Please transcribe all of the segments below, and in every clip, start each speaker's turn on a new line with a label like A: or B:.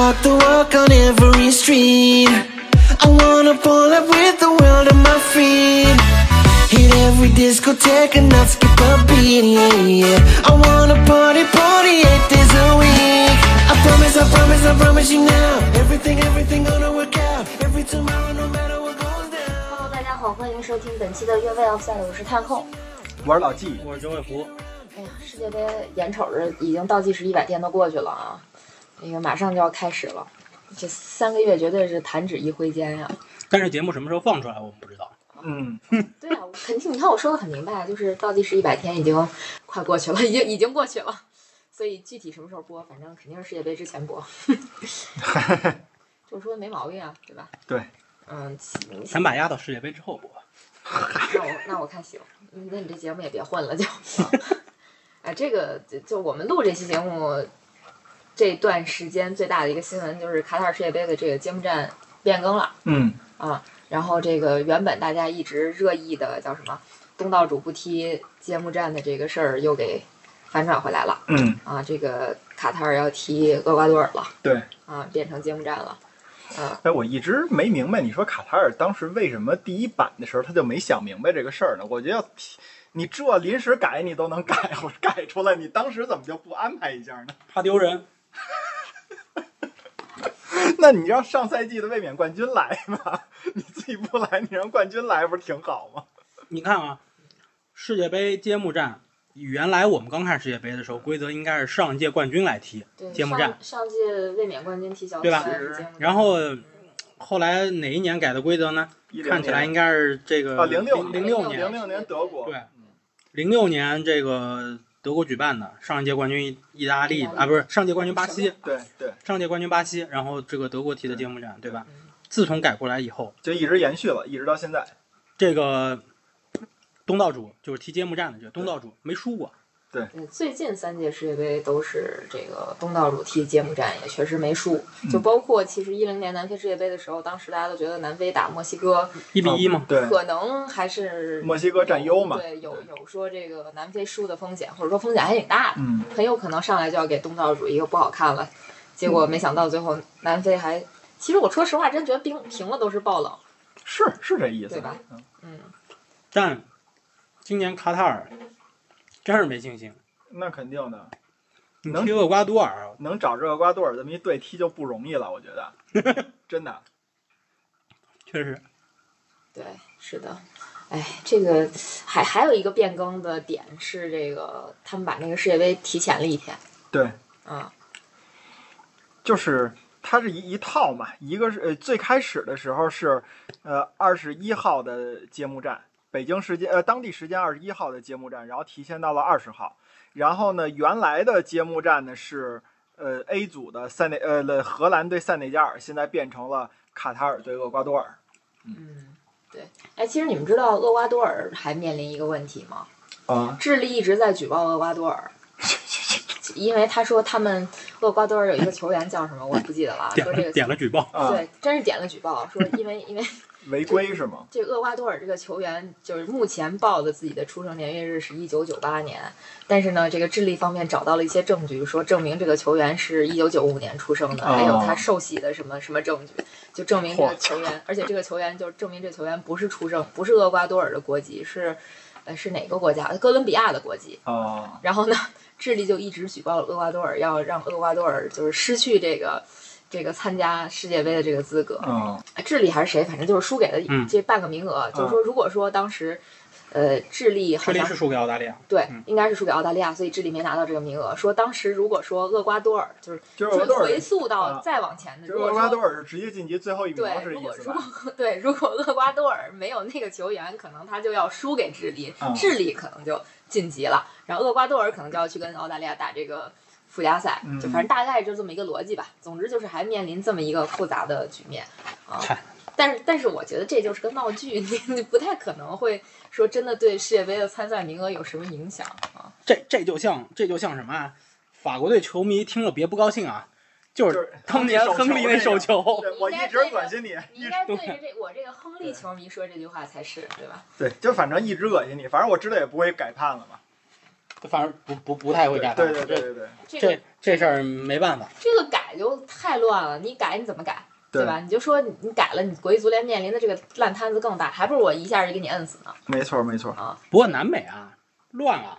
A: walk on every street. I wanna pull up with the world on my feet. Hit every discotheque and not skip a beat. Yeah, yeah. I wanna party, party eight days a week. I promise, I promise, I promise you now. Everything, everything gonna work out. Every tomorrow, no matter what goes down.
B: Hello，大家好，欢迎收听本期的越位 Offside，我是太控。
C: 我是老纪，
D: 我是九尾狐，
B: 哎呀，世界杯眼瞅着已经倒计时一百天都过去了啊，那个马上就要开始了，这三个月绝对是弹指一挥间呀、
D: 但是节目什么时候放出来我们不知道。
C: 嗯，
B: 对啊，我肯定，你看我说的很明白，啊就是倒计时一百天已经快过去了， 已经已经过去了，所以具体什么时候播，反正肯定是世界杯之前播。就说的没毛病啊，对吧？
C: 对，
B: 嗯，
D: 咱把压到世界杯之后播。
B: 那我那我看行，嗯那你这节目也别混了就。哎，这个就就我们录这期节目这段时间最大的一个新闻就是卡塔尔世界杯的这个揭幕战变更了
C: 嗯，
B: 啊，然后这个原本大家一直热议的叫什么东道主不踢揭幕战的这个事儿又给反转回来了
C: 嗯，
B: 啊，这个卡塔尔要踢厄瓜多尔了
C: 对。
B: 啊，变成揭幕战了，啊，
C: 哎，我一直没明白，你说卡塔尔当时为什么第一版的时候他就没想明白这个事儿呢？我觉得要你这临时改你都能改， 我改出来，你当时怎么就不安排一下呢？
D: 怕丢人，
C: 那你让上赛季的卫冕冠军来吧，你自己不来，你让冠军来不是挺好吗？
D: 你看啊，世界杯揭幕战，原来我们刚看世界杯的时候，规则应该是上届冠军来踢
B: 对，
D: 揭幕战，
B: 上上届卫冕冠军踢小组
D: 对吧
B: 赛是揭幕战
D: 然后后来哪一年改的规则呢？
C: 10
D: 看起来应该是这个
C: 啊，零六
D: 零
B: 06年
D: 六
C: 零
D: 年，
C: 六年德国，
D: 对零六年这个德国举办的，上一届冠军意大利
B: 意大利
D: 啊，不是上届冠军巴西，
C: 对对，
D: 上届冠军巴西，然后这个德国踢的揭幕战，对吧
B: 嗯？
D: 自从改过来以后，
C: 就一直延续了，一直到现在。
D: 这个东道主就是踢揭幕战的这个东道主没输过。
B: 呃，最近三届世界杯都是这个东道主踢揭幕战，也确实没输。
C: 嗯
B: 就包括其实一零年南非世界杯的时候，当时大家都觉得南非打墨西哥
D: 一比一嘛，
C: 嗯对，
B: 可能还是
C: 墨西哥占优嘛。
B: 对，有有说这个南非输的风险，或者说风险还挺大的，
C: 嗯，
B: 很有可能上来就要给东道主一个不好看了。结果
C: 嗯
B: 没想到最后南非还，其实我说实话，真觉得平平了都是爆冷，
C: 是是这意思，
B: 对吧
C: 嗯
B: 嗯，
D: 但今年卡塔尔真是没信心。
C: 那肯定的。
D: 你
C: 能
D: 踢厄瓜多尔，
C: 能找这厄瓜多尔这么一队踢就不容易了，我觉得，真的。
D: 确实
B: 对，是的。哎，这个还还有一个变更的点是，这个他们把那个世界杯提前了一天。
C: 对，
B: 啊，
C: 就是它是一一套嘛，一个是呃最开始的时候是，呃二十一号的揭幕战，北京时间呃当地时间二十一号的揭幕战，然后提前到了二十号，然后呢原来的揭幕战呢是呃 A 组的塞内呃荷兰对塞内加尔，现在变成了卡塔尔对厄瓜多尔。
B: 嗯，对。哎，其实你们知道厄瓜多尔还面临一个问题吗？
C: 啊，
B: 智利一直在举报厄瓜多尔，因为他说他们厄瓜多尔有一个球员叫什么，我不记得了啊，
D: 点
B: 说这
D: 了
B: 个
D: 点了举报，
C: 啊，
B: 对，真是点了举报，说因为因为
C: 违规是吗？
B: 这个厄瓜多尔这个球员，就是目前报的自己的出生年月日是一九九八年，但是呢，这个智利方面找到了一些证据，说证明这个球员是一九九五年出生的，
C: 哦
B: 还有他受洗的什么什么证据，就证明这
C: 嚯
B: 个球员，而且这个球员就证明这球员不是出生，不是厄瓜多尔的国籍，是，呃，是哪个国家？哥伦比亚的国籍。
C: 啊，
B: 然后呢，智利就一直举报厄瓜多尔，要让厄瓜多尔就是失去这个这个参加世界杯的这个资格。
C: 嗯
B: 智利还是谁，反正就是输给了
D: 嗯
B: 这半个名额。就是说，如果说当时，呃，智利
D: 智
B: 好
D: 利
B: 像
D: 是输给澳大利亚，
B: 对
D: 嗯，
B: 应该是输给澳大利亚，所以智利没拿到这个名额。说当时如果说厄瓜多尔就是
C: 就是厄
B: 回
C: 瓜多尔
B: 回溯到
C: 啊
B: 再往前的，
C: 这
B: 如果
C: 厄瓜多
B: 说
C: 尔是直接晋级最后一名
B: 对，
C: 是
B: 如
C: 意
B: 果
C: 思
B: 如
C: 吧？
B: 果 对，如果厄瓜多尔没有那个球员，可能他就要输给智利
C: 啊，
B: 智利可能就晋级了，然后厄瓜多尔可能就要去跟澳大利亚打这个。附加赛
C: 嗯
B: 就反正大概就这么一个逻辑吧，总之就是还面临这么一个复杂的局面啊
D: 嗨。
B: 但是但是我觉得这就是个闹剧，你你不太可能会说真的对世界杯的参赛名额有什么影响啊。
D: 这这就像这就像什么啊？法国队球迷听了别不高兴啊，就
C: 就是是
D: 当年亨利那手球，
C: 对，我一直恶心你，
B: 你
C: 一
B: 应
C: 直
B: 该对着这我这个亨利球迷说这句话才是对吧？
C: 对，就反正一直恶心你，反正我知道也不会改判了嘛。
D: 反正不不不太会改判。啊
C: 对对对对对，
B: 这个
D: 这这事儿没办法，
B: 这个改改就太乱了，你改你怎么改？
C: 对
B: 对吧？你就说你你改了，你国际足联面临的这个烂摊子更大，还不如我一下就给你摁死呢。
C: 没错没错。
D: 不过南美啊，乱啊，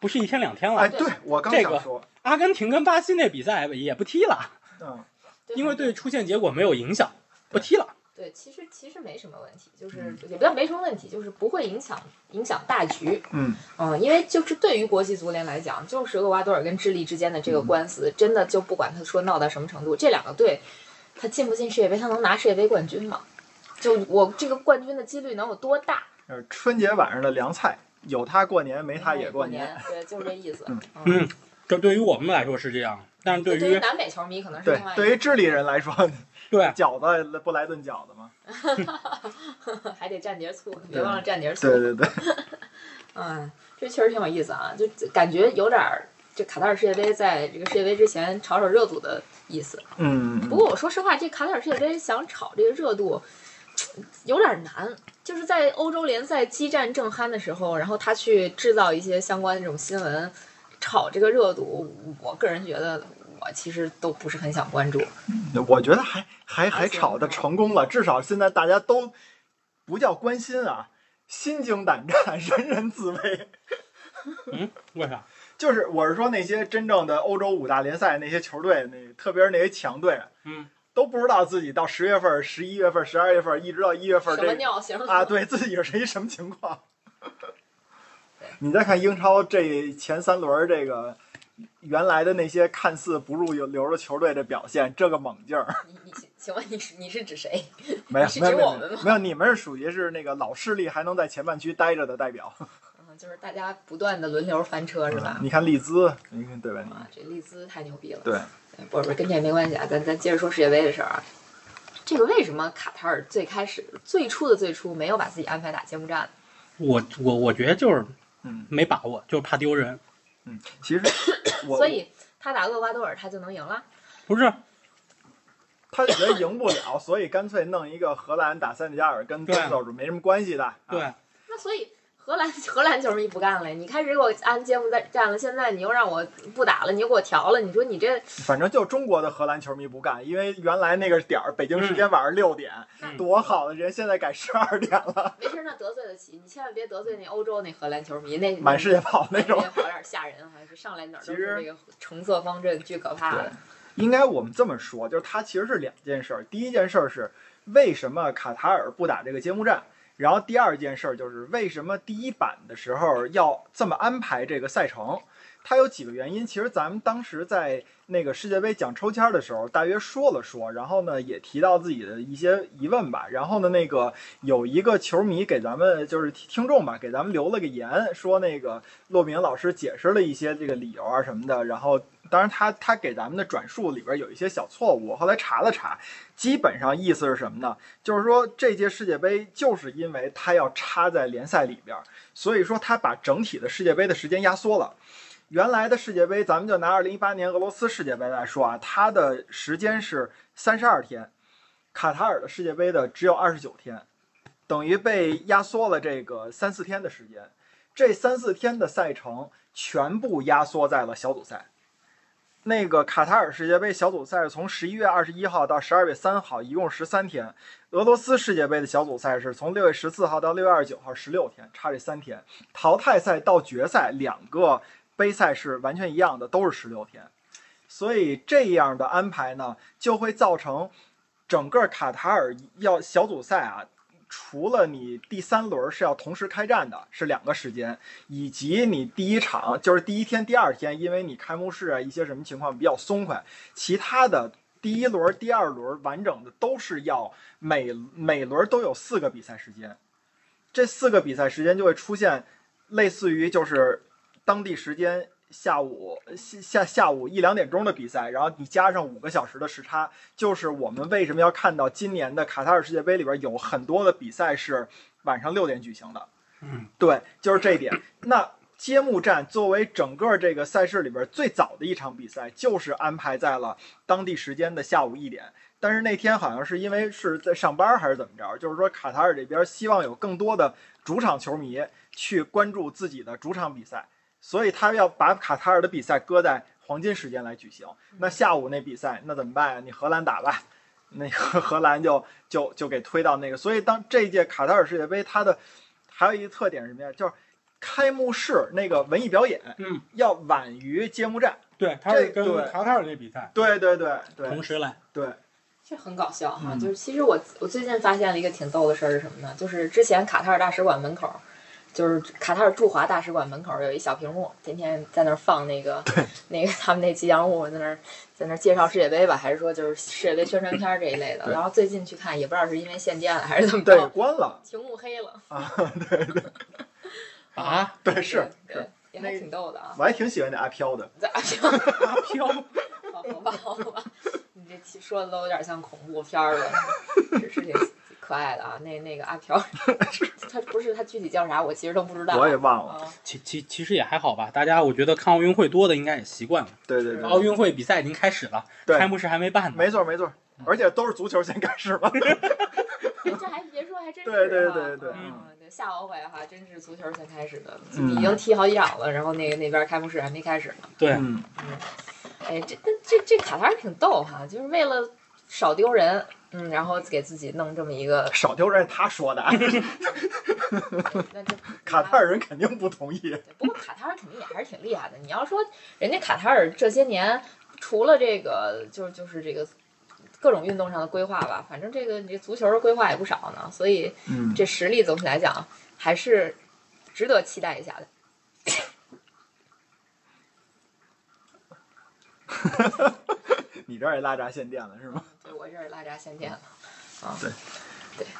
D: 不是一天两天了。
C: 哎，对我刚
D: 这
C: 想
D: 个
C: 说，
D: 阿根廷跟巴西那比赛也不踢了，
C: 嗯，
D: 因为对出线结果没有影响，不踢了。
B: 对，其实其实没什么问题，就是
C: 嗯
B: 也不叫没什么问题，就是不会影响影响大局。
C: 嗯，
B: 嗯，因为就是对于国际足联来讲，就是厄瓜多尔跟智利之间的这个
C: 嗯
B: 官司，真的就不管他说闹到什么程度，这两个队他进不进世界杯，他能拿世界杯冠军吗？就我这个冠军的几率能有多大？
C: 呃，春节晚上的凉菜，有他过年，没他也
B: 过
C: 过年。，
B: 对，就是这意思。
C: 嗯
D: 嗯，这对于我们来说是这样，但是
B: 对
D: 对于
B: 南美球迷可能是
C: 对
B: 另外，一
C: 对于智利人来说，
D: 对
C: 饺子不来顿饺子吗？
B: 个，还得蘸碟醋，别
C: 对
B: 忘了蘸碟醋。
C: 对对对，
B: 嗯，这确实挺有意思啊，就感觉有点儿这卡塔尔世界杯在这个世界杯之前炒炒热度的意思。
C: 嗯
B: 不，过我说实话，这卡塔尔世界杯想炒这个热度有点儿难，就是在欧洲联赛激战正酣的时候，然后他去制造一些相关这种新闻，炒这个热度，我个人觉得。我其实都不是很想关注，
C: 嗯我觉得还还还
B: 还行
C: 炒的成功了，至少现在大家都不叫关心啊，心惊胆战， 人人自危。
D: 为啥？
C: 就是我是说那些真正的欧洲五大联赛那些球队，那特别是那些强队，
D: 嗯，
C: 都不知道自己到十月份、十一月份、十二月份，一直到一月份
B: 什么
C: 这
B: 尿型
C: 啊，对自己是一什么情况。你再看英超这前三轮儿这个原来的那些看似不入流的球队的表现，这个猛劲儿，
B: 你你请问你是你是指谁？
C: 没有
B: 你是
C: 没有
B: 指
C: 没有
B: 我们吗
C: 没有，你们是属于是那个老势力还能在前半区待着的代表，
B: 嗯，就是大家不断的轮流翻车是吧？
C: 你看利兹，你看对吧？
B: 啊，这利兹太牛逼了。
C: 嗯对
B: 哎，不是不是，跟这没关系啊，咱咱接着说世界杯的事儿啊。这个为什么卡塔尔最开始最初的最初没有把自己安排打揭幕战呢？
D: 我我我觉得就是
C: 嗯
D: 没把握，就是怕丢人。
C: 嗯，其实我
B: 所以他打厄瓜多尔他就能赢了。
D: 不是，
C: 啊他觉得赢不了，所以干脆弄一个荷兰打塞内加尔跟
D: 对
C: 东道主没什么关系的，
D: 对，
C: 啊，
B: 那所以荷兰 荷兰球迷不干了，你开始给我安揭幕战战了，现在你又让我不打了，你又给我调了，你说你这
C: 反正就中国的荷兰球迷不干，因为原来那个点儿北京时间晚上六点，
D: 嗯
C: 多好的人，现在改十二点了，
B: 没事儿那得罪得起，你千万别得罪那欧洲那荷兰球迷，那
C: 满世界跑那种
B: 那。好有点吓人，啊还是上来哪儿都
C: 其实
B: 是这个橙色方阵，巨可怕的。
C: 应该我们这么说，就是它其实是两件事儿。第一件事儿是为什么卡塔尔不打这个揭幕战，然后第二件事儿就是为什么第一版的时候要这么安排这个赛程。它有几个原因，其实咱们当时在那个世界杯讲抽签儿的时候，大约说了说，然后呢也提到自己的一些疑问吧。然后呢，那个有一个球迷给咱们就是听众吧，给咱们留了个言，说那个骆明老师解释了一些这个理由啊什么的。然后当然他他给咱们的转述里边有一些小错误，我后来查了查，基本上意思是什么呢？就是说这届世界杯就是因为它要插在联赛里边儿，所以说它把整体的世界杯的时间压缩了。原来的世界杯，咱们就拿2018年俄罗斯世界杯来说啊，它的时间是三十二天，卡塔尔的世界杯的只有二十九天，等于被压缩了这个三四天的时间。这三四天的赛程全部压缩在了小组赛。那个卡塔尔世界杯小组赛是从十一月二十一号到十二月三号，一共十三天。俄罗斯世界杯的小组赛是从六月十四号到六月二十九号，十六天，差这三天。淘汰赛到决赛两个杯赛是完全一样的，都是十六天。所以这样的安排呢，就会造成整个卡塔尔要小组赛啊，除了你第三轮是要同时开战的，是两个时间，以及你第一场就是第一天、第二天，因为你开幕式啊一些什么情况比较松快，其他的第一轮、第二轮完整的都是要每每轮都有四个比赛时间，这四个比赛时间就会出现类似于就是当地时间。下午下下下午一两点钟的比赛，然后你加上五个小时的时差，就是我们为什么要看到今年的卡塔尔世界杯里边有很多的比赛是晚上六点举行的。
D: 嗯，
C: 对，就是这一点。那揭幕战作为整个这个赛事里边最早的一场比赛，就是安排在了当地时间的下午一点。但是那天好像是因为是在上班还是怎么着，就是说卡塔尔这边希望有更多的主场球迷去关注自己的主场比赛，所以他要把卡塔尔的比赛搁在。黄金时间来举行。那下午那比赛那怎么办呀？你荷兰打吧， 那个荷兰就就就给推到那个。所以当这一届卡塔尔世界杯，它的还有一个特点是什么呀？就是开幕式那个文艺表演，
D: 嗯，
C: 要晚于揭幕战。
D: 对，他是
C: 这
D: 跟
C: 对
D: 卡塔尔那比赛
C: 对对对对
D: 同时来，
C: 对，
B: 这很搞笑哈、
C: 嗯
B: 就是其实我我最近发现了一个挺逗的事儿是什么呢？就是之前卡塔尔大使馆门口，就是卡塔尔驻华大使馆门口有一小屏幕，天天在那儿放那个那个他们那吉祥物在那儿在那儿介绍世界杯吧，还是说就是世界杯宣传片儿这一类的。
C: 对
B: 然后最近去看，也不知道是因为限电了还是怎么
C: 对，
B: 着，
C: 关了
B: 屏幕黑了。
D: 啊，
C: 对是。
B: 对，对也还挺逗的啊。
C: 我还挺喜欢那阿飘的，
B: 在 好
D: 阿飘，
B: 吧好吧，你这期说的都有点像恐怖片儿了，是是挺可爱的啊。那那个阿 飘，他不是他具体叫啥，我其实都不知道。
C: 我也忘了。
B: 啊，
D: 其其其实也还好吧，大家我觉得看奥运会多的应该也习惯了，
C: 对对
D: 奥
C: 对，
D: 运会比赛已经开始了，
C: 对
D: 开幕式还没办呢，
C: 没错没错，而且都是足球先开始 嘛。
B: 哎这还别说，还真是
C: 对对
B: 哈
C: 对对
B: 嗯，对下欧会哈，真是足球先开始的，
C: 嗯
B: 已经踢好几场了，然后那个那边开幕式还没开始呢。
D: 对，
C: 嗯，
B: 哎，这这这这卡塔尔挺逗哈，就是为了少丢人，嗯，然后给自己弄这么一 个，
C: 少丢人，他说 的啊，
B: 那这
C: 卡塔尔人肯定不同意。
B: 对，不过卡塔尔肯定也还是挺厉害的。你要说人家卡塔尔这些年，除了这个，就是就是这个各种运动上的规划吧，反正这个这足球的规划也不少呢，所以
C: 嗯，
B: 这实力总体来讲还是值得期待一下的。
C: 你这儿也拉闸限电了是吗？
B: 对我这儿拉闸限电了，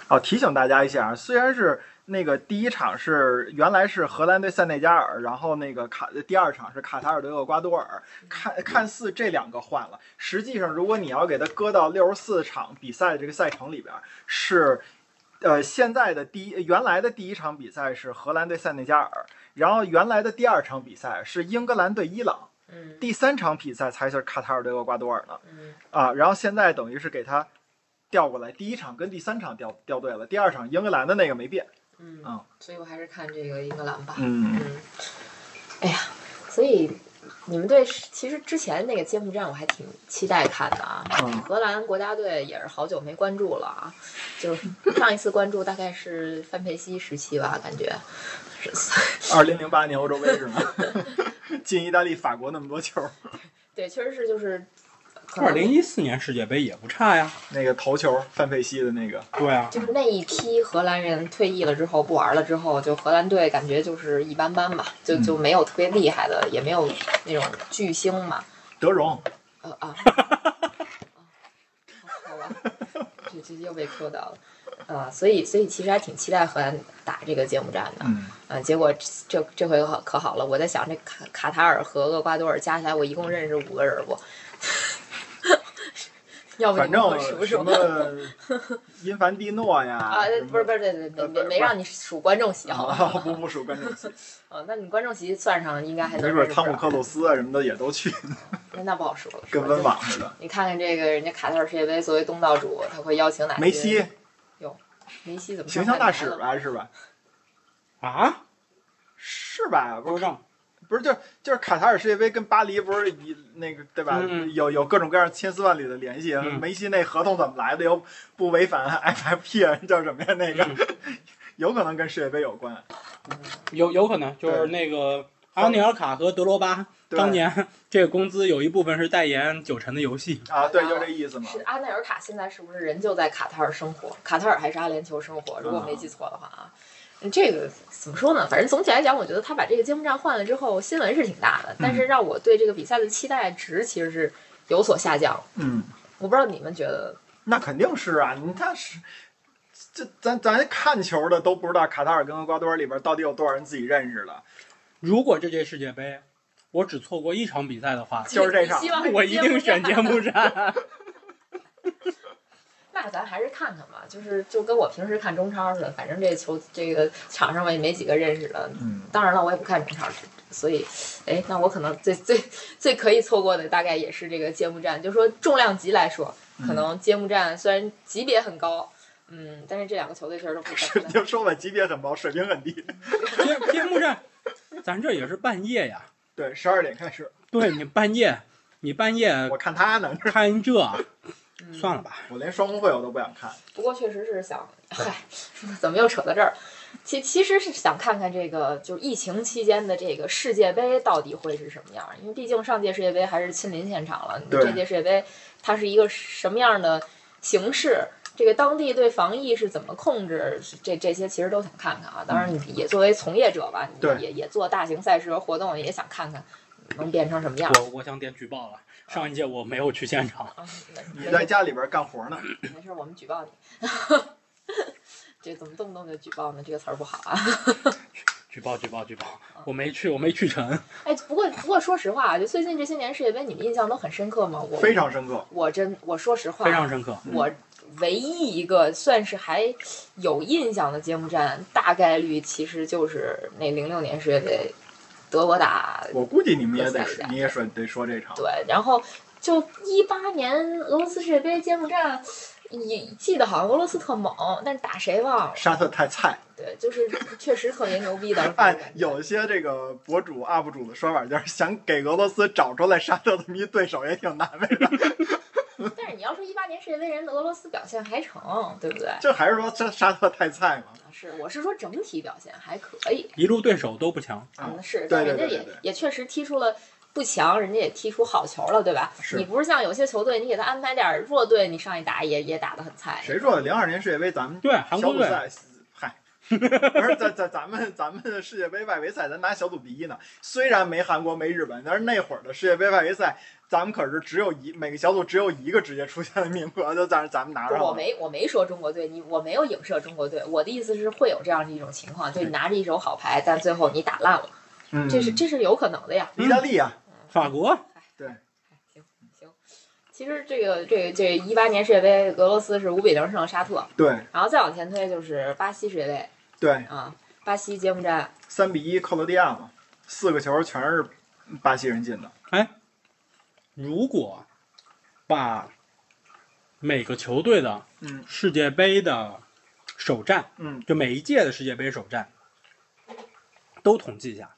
C: 哦，提醒大家一下啊，虽然是那个第一场是原来是荷兰对塞内加尔，然后那个卡第二场是卡塔尔对厄瓜多尔，看看似这两个换了，实际上如果你要给它搁到六十四场比赛的这个赛程里边，是呃现在的第一原来的第一场比赛是荷兰对塞内加尔，然后原来的第二场比赛是英格兰对伊朗，
B: 嗯
C: 第三场比赛才是卡塔尔对厄瓜多尔呢。
B: 嗯，
C: 啊，然后现在等于是给他调过来，第一场跟第三场调调对了，第二场英格兰的那个没变。
B: 嗯
C: 啊，
B: 所以我还是看这个英格兰吧。
C: 嗯，
B: 嗯，哎呀，所以你们对其实之前那个揭幕战我还挺期待看的啊。
C: 嗯
B: 荷兰国家队也是好久没关注了啊，就是上一次关注大概是范佩西时期吧，感觉。 是
C: 二零零八年欧洲杯是 吗？进意大利、法国那么多球，
B: 对，确实是就是。可
D: 二
B: 能
D: 零一四年世界杯也不差呀，
C: 那个头球范佩西的那个，
D: 对啊，
B: 就是那一批荷兰人退役了之后不玩了之后，就荷兰队感觉就是一般般吧，就就没有特别厉害的，也没有那种巨星嘛。
C: 德容，
B: 呃啊，哦好吧，这这又被 Q 到了，呃，所以所以其实还挺期待荷兰打这个揭幕战的，
C: 嗯，
B: 呃，结果这这这回可可好了，我在想这卡卡塔尔和厄瓜多尔加起来，我一共认识五个人不？ 要不
C: 反
B: 你们给我
C: 正
B: 数
C: 什
B: 数
C: 么因凡蒂诺呀，
B: 啊？
C: 什么
B: 不是不是，对对对，
C: 呃不
B: 没
C: 是
B: 没让你数观众席好
C: 啊，
B: 吗？
C: 不不属观众 席，
B: 啊，那你观众席算上应该还能
C: 没准
B: 认识
C: 汤姆
B: 不少
C: 克鲁斯啊什么的也都去，
B: 那那不好说了，
C: 跟温网似的。
B: 你看看这个人家卡塔尔世界杯作为东道主，他会邀请哪些？
C: 梅西
B: 梅西怎么
C: 形
B: 上
C: 象
B: 台
C: 大
B: 了
C: 使吧，是吧？
D: 啊，
C: 是吧？不
D: 不
C: 是
D: 让
C: 不是，就是就是卡塔尔世界杯跟巴黎不是一那个对吧？
D: 嗯
C: 有有各种各样千丝万缕的联系。
D: 嗯
C: 梅西那合同怎么来的？又不违反 FFP 啊叫什么呀？那个、
D: 嗯
C: 有可能跟世界杯有关。
D: 有有可能就是
C: 对
D: 那个阿涅尔卡和德罗巴
C: 对
D: 当年这个工资有一部分是代言九成的游戏，
C: 啊，对，就这意思嘛。
B: 是阿内尔卡现在是不是人就在卡塔尔生活？卡塔尔还是阿联酋生活？如果没记错的话啊，嗯这个怎么说呢？反正总体来讲，我觉得他把这个揭幕战换了之后，新闻是挺大
C: 嗯
B: 的，但是让我对这个比赛的期待值其实是有所下降。
C: 嗯，
B: 我不知道你们觉得，
C: 那肯定是啊，你看是。这咱咱看球的都不知道卡塔尔跟厄瓜多尔里边到底有多少人自己认识了，
D: 如果这届世界杯我只错过一场比赛的话，
C: 就是这场
B: 希望是
D: 我一定选
B: 揭
D: 揭
B: 幕战。
D: 幕 战。
B: 那咱还是看看吧，就是就跟我平时看中超似的，反正这球这个场上我也没几个认识的，
C: 嗯，
B: 当然了，我也不看中场，所以，哎，那我可能最最最可以错过的大概也是这个揭幕战。就说重量级来说，可能揭幕战虽然级别很高，嗯，但是这两个球队确实都不
C: 是
B: 行
C: 你。就说吧，级别很高，水平很低。
D: 揭揭幕战，咱这也是半夜呀，
C: 对，十二点开始，
D: 对你半夜，你半夜
C: 我看他呢，
D: 看这，
B: 嗯
D: 算了吧。
C: 我连双红会我都不想看。
B: 不过确实是想，嗨， 怎么又扯到这儿？其其实是想看看这个，就是疫情期间的这个世界杯到底会是什么样儿？因为毕竟上届世界杯还是亲临现场了，你
C: 对
B: 这届世界杯它是一个什么样的形式？这个当地对防疫是怎么控制？这这些其实都想看看啊。当然，你也作为从业者吧，
C: 嗯对
B: 你也也做大型赛事和活动，也想看看能变成什么样儿。
D: 我我向店举报了，上一届我没有去现场，
B: 啊
C: 你在家里边干活呢，
B: 没事，我们举报你。 这怎么动不动就举报呢？这个词儿不好啊。
D: 举报举报举报，我没去，我没去成。
B: 哎，不过不过说实话啊，就最近这些年世界杯，你们印象都很深刻吗？我
C: 非常深刻。
B: 我真我说实话，
D: 非常深刻。
B: 我唯一一个算是还有印象的揭幕战，大概率其实就是那零六年世界杯，德国打
C: 我估计你们也得
B: 我，
C: 你也说得说这场。
B: 对，然后就一八年俄罗斯世界杯揭幕战。也记得好像俄罗斯特猛，但是打谁忘了？
C: 沙特太菜，
B: 对，就是确实特别牛 逼的。
C: 按哎有些这个博主 UP 主的说法，就是想给俄罗斯找出来沙特这么一对手也挺难为的。
B: 但是你要说一八年世界杯人俄罗斯表现还成，对不对？
C: 就还是说沙沙特太菜嘛？
B: 是，我是说整体表现还可以，
D: 一路对手都不强，
C: 啊
B: 嗯，是，
C: 对
B: 但人
C: 对
B: 家
C: 对
B: 也
C: 对对
B: 也确实踢出了不强，人家也踢出好球了，对吧？
C: 是
B: 你不是像有些球队，你给他安排点儿弱队，你上去打也也打得很菜。
C: 谁说零二年世界杯咱们
D: 对韩
C: 小
D: 国
C: 组
D: 队
C: 赛？嗨，不是咱咱咱们咱们世界杯外围赛，咱拿小组第一呢。虽然没韩国没日本，但是那会儿的世界杯外围赛，咱们可是只有一每个小组只有一个直接出现的名额，就咱咱们拿
B: 不
C: 上
B: 是我
C: 了。
B: 没我没说中国队，你我没有影射中国队，我的意思是会有这样的一种情况，就你拿着一手好牌，但最后你打烂了，
C: 嗯，
B: 这是这是有可能的呀。
C: 意大利啊，
D: 法国
B: 行行，其实这个这个这一八年世界杯，俄罗斯是五比零胜了沙特，
C: 对
B: 然后再往前推就是巴西世界杯
C: 对，
B: 啊，巴西揭幕战
C: 三比一克罗地亚嘛，四个球全是巴西人进的。
D: 哎如果把每个球队的
C: 嗯
D: 世界杯的首战，
C: 嗯，
D: 就每一届的世界杯首战都统计一下，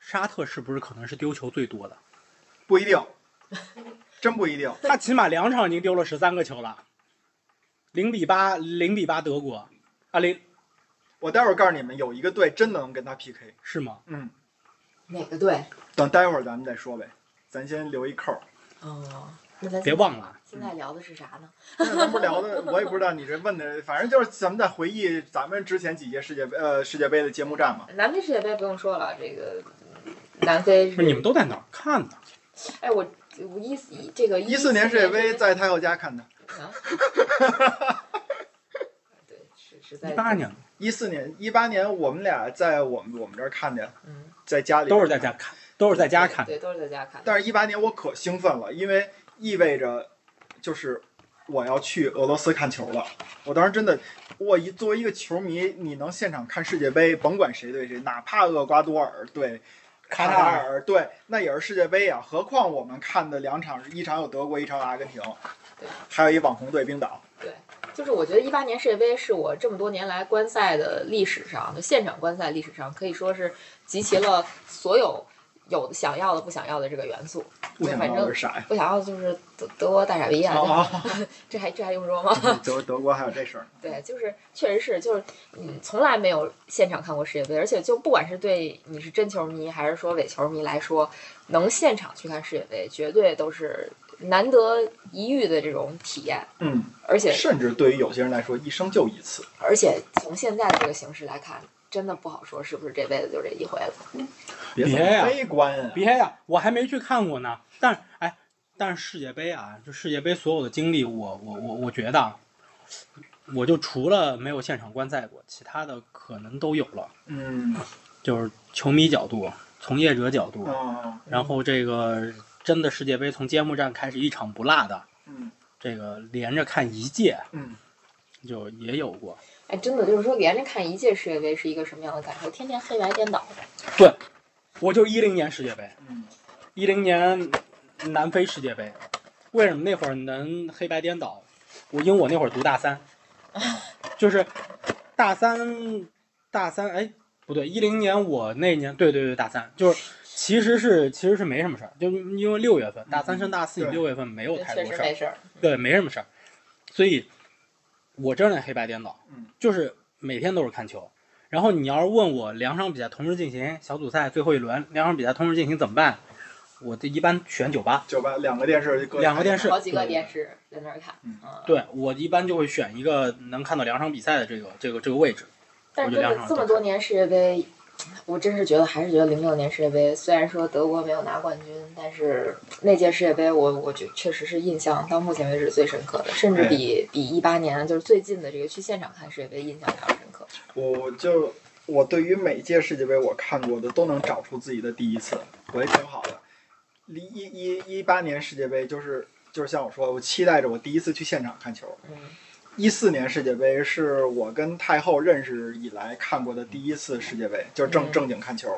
D: 沙特是不是可能是丢球最多的？
C: 不一定，真不一定。
D: 他起码两场已经丢了十三个球了，零比八，零比八德国，啊零
C: 我待会儿告诉你们，有一个队真的能跟他 PK。
D: 是吗？
C: 嗯，
B: 哪个队？
C: 等待会儿咱们再说呗，咱先留一扣儿。
B: 哦，那咱
D: 别忘了，
B: 现在聊的是啥呢？
C: 那咱不是聊的，我也不知道你这问的，反正就是咱们在回忆咱们之前几届世界杯呃世界杯的揭幕战嘛。
B: 南非世界杯不用说了，这个嗯南非
D: 不是你们
B: 是，
D: 都在哪儿看的？
B: 哎，我我一四这个
C: 一四年世界杯在太后家看的，
B: 啊， 对，是是在
D: 一八，年
C: 一四年一八年我们俩在我们我们这儿看的呀，
B: 嗯，
C: 在家里
D: 都是在家看，都是在家看。
B: 对，对都是在家看的，
C: 但是，一八年我可兴奋了，因为意味着就是我要去俄罗斯看球了。我当时真的，我一作为一个球迷，你能现场看世界杯，甭管谁对谁，哪怕厄瓜多尔对
D: 卡
C: 卡
D: 塔
C: 塔
D: 尔
C: 尔，对，那也是世界杯啊。何况我们看的两场，一场有德国，一场有阿根廷
B: 对，
C: 还有一网红队冰岛。
B: 就是我觉得一八年世界杯是我这么多年来观赛的历史上，就现场观赛历史上可以说是集齐了所有有的想要的、不想要的这个元素。
C: 不想到的是啥呀？
B: 不想要的就是德德国大傻逼啊，
C: 啊，
B: 这还这还用说吗？
C: 德德国还有这事儿，
B: 对，就是确实是，就是嗯，从来没有现场看过世界杯，而且就不管是对你是真球迷还是说伪球迷来说，能现场去看世界杯，绝对都是难得一遇的这种体验。
C: 嗯，
B: 而且
C: 甚至对于有些人来说，一生就一次。
B: 而且从现在这个形势来看，真的不好说是不是这辈子就这一回了。
C: 别
D: 别呀
C: 这么悲观啊！
D: 别呀、我还没去看过呢。但是，哎，但是世界杯啊，就世界杯所有的经历，我我我我觉得，啊，我就除了没有现场观赛过，其他的可能都有了。
C: 嗯
D: 就是球迷角度、从业者角度，
C: 啊
D: 然后这个真的世界杯从揭幕战开始一场不落的，这个连着看一届
C: 嗯。嗯
D: 就也有过。
B: 哎，真的就是说，连着看一届世界杯是一个什么样的感受？天天黑白颠倒的。
D: 我就一零年世界杯，
C: 嗯
D: 一零年南非世界杯，为什么那会儿能黑白颠倒？我因为我那会儿读大三，就是大三，大三，哎，不对，一零年我那年，对对对，大三，就是其实是其实是没什么事儿，就因为六月份大三升大四，
C: 对
D: 六月份没有太
B: 确
D: 多
B: 实
D: 事
B: 没
D: 儿，
B: 事儿。
D: 对，没什么事儿。所以，我真的黑白颠倒
C: 嗯，
D: 就是每天都是看球。然后你要是问我两场比赛同时进行，小组赛最后一轮两场比赛同时进行怎么办？我这一般选酒吧，
C: 酒吧两个电视就各
D: 两个电视
B: 好几个
D: 对
B: 电视在那儿看，
C: 嗯
B: 嗯，
D: 对我一般就会选一个能看到两场比赛的这个这个这个位置。
B: 但是
D: 我
B: 真
D: 觉得
B: 的
D: 两场
B: 这么
D: 都
B: 多
D: 看
B: 年世界杯，我真是觉得还是觉得零六年世界杯，虽然说德国没有拿冠军，但是那届世界杯我我觉确实是印象到目前为止最深刻的，甚至比、比一八年就是最近的这个去现场看世界杯印象还要深刻。
C: 我就我对于每届世界杯我看过的都能找出自己的第一次，我也挺好的。一一一一八年世界杯就是就是像我说，我期待着我第一次去现场看球。
B: 嗯，
C: 一四年世界杯是我跟太后认识以来看过的第一次世界杯，就是正
B: 嗯
C: 正经看球。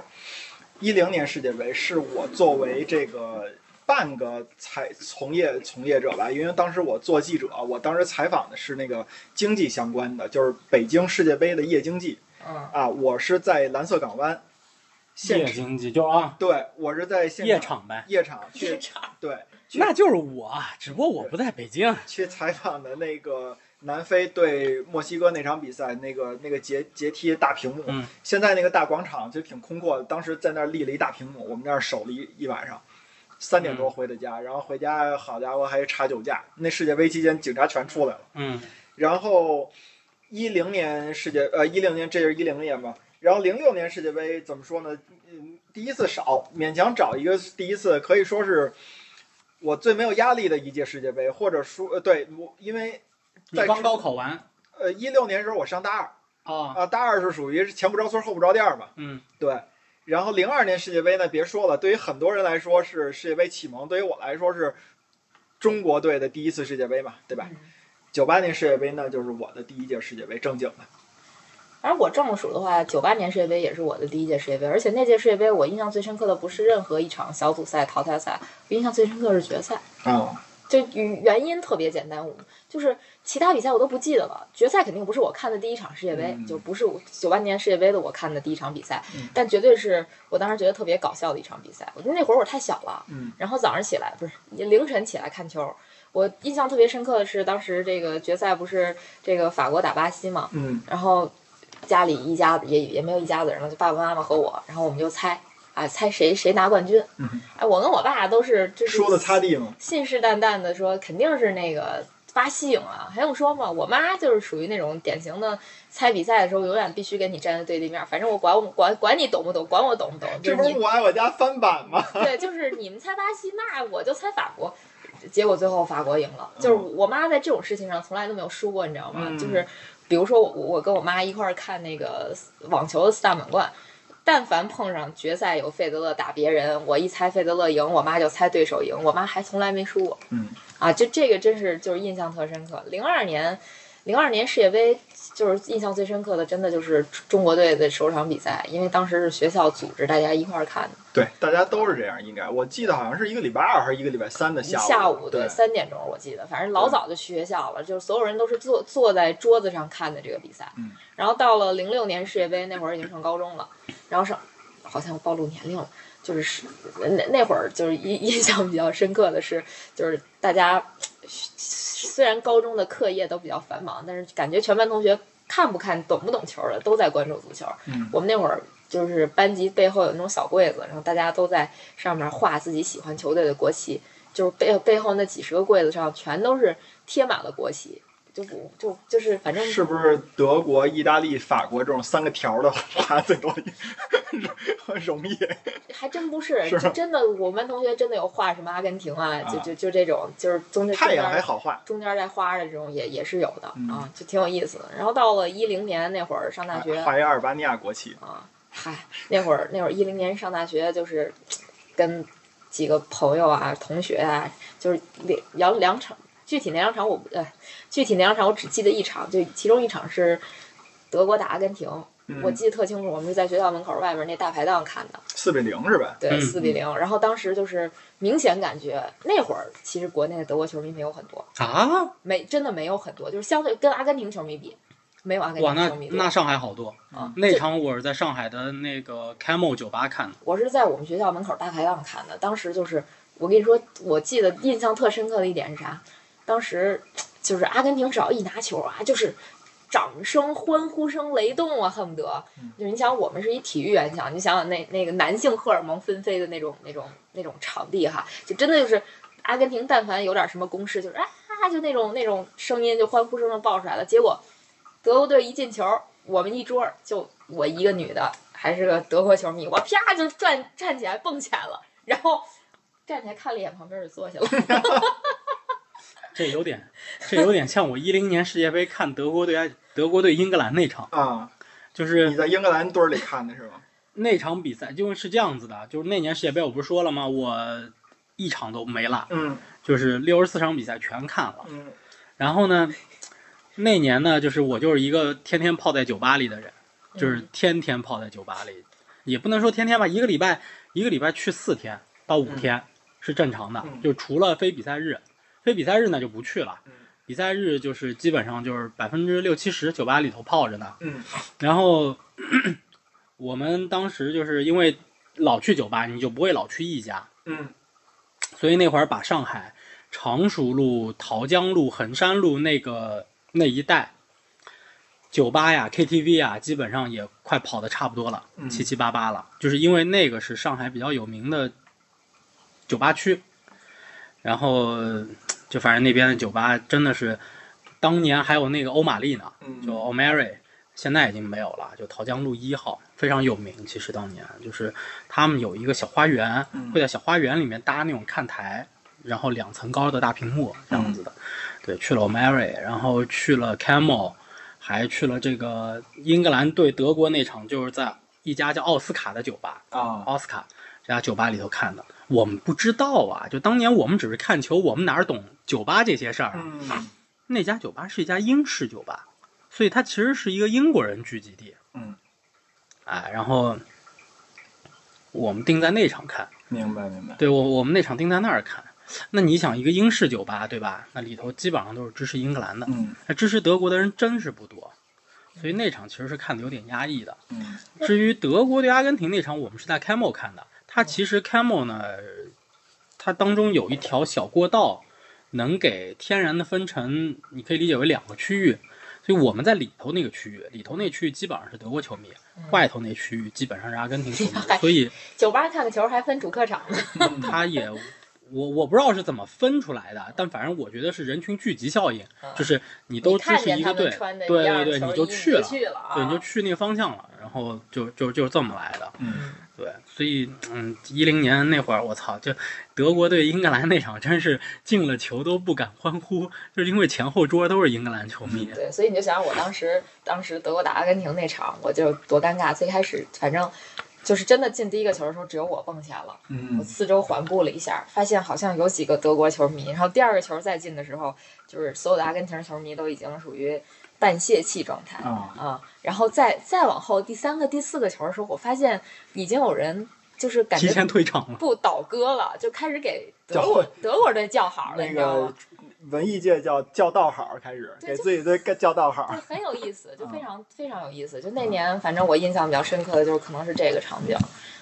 C: 一零年世界杯是我作为这个半个采从业从业者吧，因为当时我做记者，我当时采访的是那个经济相关的，就是北京世界杯的夜经济。
B: 嗯，
C: 啊，我是在蓝色港湾现
D: 夜
C: 场，
D: 经济就啊，
C: 对我是在现
D: 夜场呗，
C: 夜场去
B: 场
C: 对去
D: 那就是我，啊只不过我不在北京。
C: 去采访的那个南非对墨西哥那场比赛，那个那个阶阶梯大屏幕，
D: 嗯
C: 现在那个大广场就挺空阔的，当时在那儿立了一大屏幕，我们那儿守了一一晚上。三点多回的家，然后回家，好家伙还查酒驾。那世界杯期间，警察全出来了。
D: 嗯，
C: 然后一零年世界呃一零年这就是一零年吧，然后零六年世界杯怎么说呢？嗯，第一次少，勉强找一个第一次，可以说是我最没有压力的一届世界杯，或者说呃对我因为
D: 你
C: 在
D: 刚
C: 之
D: 高考完
C: 呃一六年时候我上大二
D: 啊，
C: 啊，大二是属于是前不着村后不着店嘛，
D: 嗯，
C: 对。然后零二年世界杯呢，别说了，对于很多人来说是世界杯启蒙，对于我来说是中国队的第一次世界杯嘛，对吧？
B: 嗯
C: 九八年世界杯那就是我的第一届世界杯，正经的。
B: 反正我这么数的话，九八年世界杯也是我的第一届世界杯，而且那届世界杯我印象最深刻的不是任何一场小组赛、淘汰赛，我印象最深刻是决赛。
C: 啊、
B: 就原因特别简单，我就是其他比赛我都不记得了。决赛肯定不是我看的第一场世界杯，
C: 嗯
B: 就不是我九八年世界杯的我看的第一场比赛，
C: 嗯
B: 但绝对是我当时觉得特别搞笑的一场比赛。我那会儿我太小了，
C: 嗯
B: 然后早上起来不是凌晨起来看球。我印象特别深刻的是，当时这个决赛不是这个法国打巴西嘛，
C: 嗯
B: 然后家里一家子也也没有一家子人了，就爸爸妈妈和我，然后我们就猜啊猜谁谁拿冠军。
C: 嗯，
B: 哎，我跟我爸都是就是
C: 说的擦地嘛，
B: 信誓旦旦的说肯定是那个巴西赢啊，还用说吗？我妈就是属于那种典型的猜比赛的时候永远必须跟你站在对立面，反正我管我管管你懂不懂，管我懂不懂，就是
C: 这不
B: 你
C: 是我爱我家翻版吗？
B: 对，就是你们猜巴西，那我就猜法国。结果最后法国赢了，就是我妈在这种事情上从来都没有输过，你知道吗？
C: 嗯
B: 就是比如说我我跟我妈一块儿看那个网球的四大满贯，但凡碰上决赛有费德勒打别人，我一猜费德勒赢，我妈就猜对手赢，我妈还从来没输过。
C: 嗯，
B: 啊，就这个真是就是印象特深刻。零二年，零二年世界杯就是印象最深刻的，真的就是中国队的首场比赛，因为当时是学校组织大家一块儿看的。
C: 对， 大家都是这样，应该我记得好像是一个礼拜二还是一个礼拜三的午，
B: 嗯下午
C: 对，
B: 三点钟，我记得，反正老早就去学校了，就是所有人都是坐坐在桌子上看的这个比赛。
C: 嗯
B: 然后到了零六年世界杯那会儿已经上高中了，然后上好像暴露年龄了，就是是那那会儿就是印印象比较深刻的是，就是大家虽然高中的课业都比较繁忙，但是感觉全班同学看不看、懂不懂球的都在关注足球。
C: 嗯
B: 我们那会儿就是班级背后有那种小柜子，然后大家都在上面画自己喜欢球队的国旗，就是背背后那几十个柜子上全都是贴满了国旗，就不就就是反正
C: 是不是德国、意大利、法国这种三个条的花 最多 容易？
B: 还真不是，
C: 是吗
B: 就真的我们班同学真的有画什么阿根廷啊，就
C: 啊
B: 就就这种就是中间
C: 太
B: 中
C: 阳
B: 间
C: 还好画，
B: 中间带花的这种也也是有的、
C: 嗯哎
B: 啊，就挺有意思的。然后到了一零年那会儿上大学，
C: 画一阿尔巴尼亚国旗。
B: 啊，嗨，那会儿那会儿一零年上大学，就是跟几个朋友啊、同学啊，就是两两两场，具体那两场我不，呃，具体那两场我只记得一场，就其中一场是德国打阿根廷，
C: 嗯
B: 我记得特清楚，我们是在学校门口外面那大排档看的，
C: 四比零是吧？
B: 对，
D: 嗯
B: 四比零。然后当时就是明显感觉那会儿其实国内的德国球迷没有很多，
D: 啊，
B: 没真的没有很多，就是相对跟阿根廷球迷比，没有阿根
D: 哇，
B: 廷
D: 那
B: 球迷多
D: 那上海好多
B: 啊。
D: 那
B: 这
D: 场我是在上海的那个 Camel 酒吧看的，
B: 我是在我们学校门口大排档看的，当时就是我跟你说，我记得印象特深刻的一点是啥？当时就是阿根廷只要一拿球啊，就是掌声、欢呼声雷动啊，恨不得
C: 嗯
B: 就是你想我们是一体育院校，你想想那那个男性荷尔蒙纷飞的那种那种那种场地哈，就真的就是阿根廷，但凡有点什么攻势，就是啊，就那种那种声音就欢呼声就爆出来了。结果德国队一进球，我们一桌儿就我一个女的，还是个德国球迷，我啪就站站起来蹦起来了，然后站起来看了一眼旁边就坐下了。
D: 这有点，这有点像我一零年世界杯看德国对埃德国对英格兰那场，
C: 啊，
D: 就
C: 你
D: 是
C: 在英格兰堆儿里看的是吗？
D: 那场比赛，因为是这样子的，啊就是那年世界杯我不是说了吗？我一场都没落，
C: 嗯
D: 就是六十四场比赛全看了。
C: 嗯
D: 然后呢，那年呢，就是我就是一个天天泡在酒吧里的人， 就是
B: 嗯
D: 天天泡在酒吧里，也不能说天天吧，一个礼拜一个礼拜去四天到五天、是正常的，
C: 嗯
D: 就除了非比赛日，非比赛日呢就不去了
C: 嗯。
D: 比赛日就是基本上就是百分之六七十酒吧里头泡着呢，
C: 嗯
D: 然后 我们当时就是因为老去酒吧，你就不会老去一家，
C: 嗯
D: 所以那会儿把上海常熟路、桃江路、衡山路那个那一带酒吧呀、KTV 啊，基本上也快跑的差不多了，
C: 嗯
D: 七七八八了。就是因为那个是上海比较有名的酒吧区，然后就反正那边的酒吧真的是，当年还有那个欧玛丽呢，
C: 嗯，
D: 就 O'Mary，现在已经没有了，就桃江路一号非常有名。其实当年就是他们有一个小花园，
C: 嗯
D: 会在小花园里面搭那种看台，然后两层高的大屏幕这样子的。对，去了 O'Mary，然后去了 Camel，还去了这个英格兰对德国那场，就是在一家叫奥斯卡的酒吧，
C: 啊，
D: 奥斯卡这家酒吧里头看的。我们不知道啊，就当年我们只是看球，我们哪儿懂酒吧这些事儿啊？
C: 嗯
D: 那家酒吧是一家英式酒吧，所以它其实是一个英国人聚集地。
C: 嗯，
D: 哎，然后我们定在那场看，
C: 明白明白，
D: 对我我们那场定在那儿看。那你想，一个英式酒吧对吧？那里头基本上都是支持英格兰的，
C: 嗯
D: 那支持德国的人真是不多，所以那场其实是看的有点压抑的。
C: 嗯
D: 至于德国对阿根廷那场，我们是在 Camel 看的。它其实 Camel 呢，它当中有一条小过道，能给天然的分成，你可以理解为两个区域。所以我们在里头那个区域，里头那区域基本上是德国球迷，外头那区域基本上是阿根廷球迷
B: 嗨。
D: 所以
B: 酒吧看个球还分主客场呢，
D: 它也，我我不知道是怎么分出来的，但反正我觉得是人群聚集效应，就是你都
B: 嗯你
D: 支
B: 看
D: 持
B: 见
D: 一
B: 他
D: 个队
B: 们，穿的
D: 对
B: 一样的
D: 对对，
B: 球
D: 你
B: 衣
D: 就去了，
B: 去了啊，
D: 对，你就去那个方向了，然后就就就这么来的。
C: 嗯
D: 对，所以嗯，一零年那会儿，我操，就德国对英格兰那场，真是进了球都不敢欢呼，就是因为前后桌都是英格兰球迷。
B: 对，所以你就想想我当时，当时德国打阿根廷那场，我就多尴尬。最开始反正就是真的进第一个球的时候，只有我蹦下了。我
C: 嗯
B: 四周环顾了一下，发现好像有几个德国球迷。然后第二个球再进的时候，就是所有的阿根廷球迷都已经属于半泄气状态
C: 啊，
B: 啊。然后再再往后第三个、第四个球的时候，我发现已经有人就是感
D: 提
B: 觉
D: 前退场了，
B: 不倒戈了，就开始给德
C: 叫
B: 国
C: 会
B: 德国队叫好了，
C: 那
B: 你知道吗
C: 个？文艺界叫叫道好儿开始，
B: 对
C: 给
B: 就
C: 自己的叫道好
B: 对
C: 儿，，
B: 很有意思，就非
C: 啊
B: 常非常有意思。就那年，反正我印象比较深刻的就是可能是这个场景，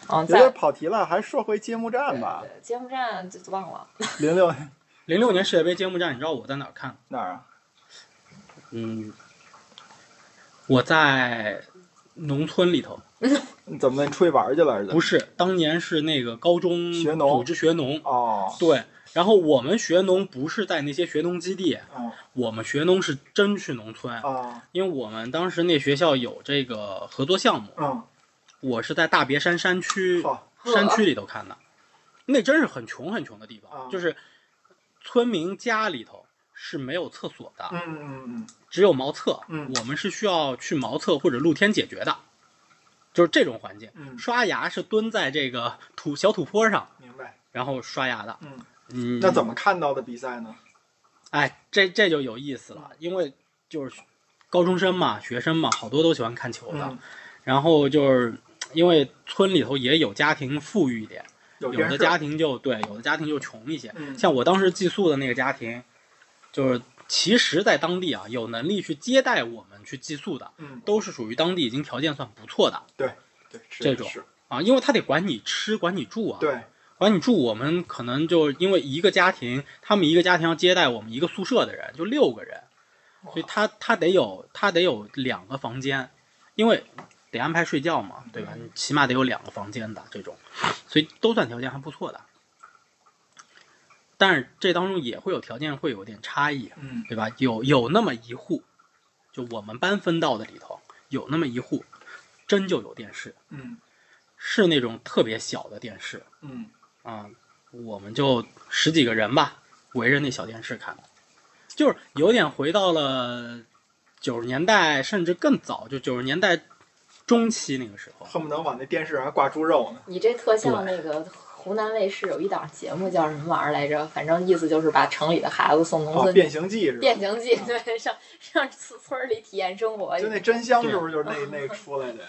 B: 嗯，
C: 有
B: 在
C: 点跑题了，还说回揭幕战吧。
B: 对揭幕战就忘了，
C: 零六
D: 零六年世界杯揭幕战，你知道我在哪儿看？
C: 哪儿啊？
D: 嗯，我在农村里头，
C: 你怎么出去玩儿去了？是怎么
D: 不是，当年是那个高中
C: 学农
D: 组织学农，
C: 哦，
D: 对。然后我们学农不是在那些学农基地，
C: 哦
D: 我们学农是真去农村，
C: 哦，
D: 因为我们当时那学校有这个合作项目，
C: 嗯，
D: 我是在大别山山区
C: 好，
D: 山区里头看的，那真是很穷很穷的地
C: 啊
D: 方，就是村民家里头是没有厕所的，
C: 嗯嗯
D: 只有茅厕
C: 嗯。
D: 我们是需要去茅厕或者露天解决的，就是这种环境。
C: 嗯嗯，
D: 刷牙是蹲在这个土小土坡上，
C: 明白。
D: 然后刷牙的。
C: 嗯，
D: 嗯，
C: 那怎么看到的比赛呢？
D: 哎，这这就有意思了，因为就是高中生嘛，学生嘛，好多都喜欢看球的。
C: 嗯，
D: 然后就是因为村里头也有家庭富裕一点，
C: 有
D: 有
C: 电
D: 的
C: 视
D: 家庭就对，有的家庭就穷一些。
C: 嗯
D: 像我当时寄宿的那个家庭，就是其实，在当地啊，有能力去接待我们去寄宿的，
C: 嗯，
D: 都是属于当地已经条件算不错的
C: 对，是
D: 这种
C: 是，
D: 啊，因为他得管你吃，管你住啊。，
C: 对，
D: 管你住，我们可能就因为一个家庭，他们一个家庭要接待我们一个宿舍的人，就六个人，所以他他得有他得有两个房间，因为得安排睡觉嘛，对吧？你起码得有两个房间的这种，所以都算条件还不错的。但是这当中也会有条件会有点差异，
C: 嗯
D: 对吧？有有那么一户，就我们班分到的里头有那么一户，真就有电视，
C: 嗯
D: 是那种特别小的电视，
C: 嗯
D: 啊、我们就十几个人吧，围着那小电视看，就是有点回到了九十年代，甚至更早，就九十年代中期那个时候。
C: 恨不能往那电视上还挂猪肉呢。
B: 你这特像那个湖南卫视有一档节目叫什么玩意儿来着？反正意思就是把城里的孩子送农
C: 哦，
B: 村。
C: 变形记是吧？
B: 变形记，对，上上村村儿里体验生活，
C: 就那真香是不是就是那那个出来的？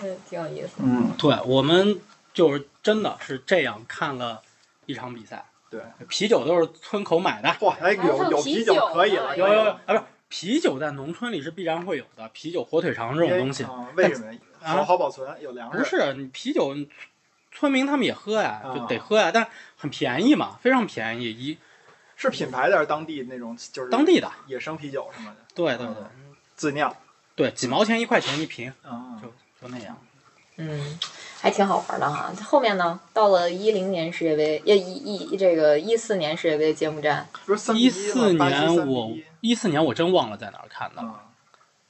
B: 嗯，挺有意思。
C: 嗯，
D: 对，我们就是真的是这样看了一场比赛。
C: 对，
D: 啤酒都是村口买的，
C: 哇，哎，有有啤酒可以了，
B: 还
D: 有有有
C: 有
D: 啊，不是啤酒在农村里是必然会有的，啤酒、火腿肠这种东西。
C: 啊为什么呀
D: 啊
C: 好好保存？有粮食
D: 不是你啤酒，你村村民他们也喝呀，就
C: 啊
D: 得喝呀，但是很便宜嘛，非常便宜，一
C: 是品牌的，还是当地那种就是
D: 当地的，
C: 野生啤酒什么的
D: 对对对
C: 嗯自酿
D: 对，几毛钱一块钱一瓶，
C: 啊
D: 就就那样。
B: 嗯，还挺好玩的哈。后面呢，到了一零年世界杯，也一一这个一四年世界杯揭幕战，
C: 不是三比
D: 一
C: 吗
D: 四
C: 巴西
D: 年
C: 三比
D: 我
C: 一
D: 一四年我真忘了在哪儿看的，
C: 啊，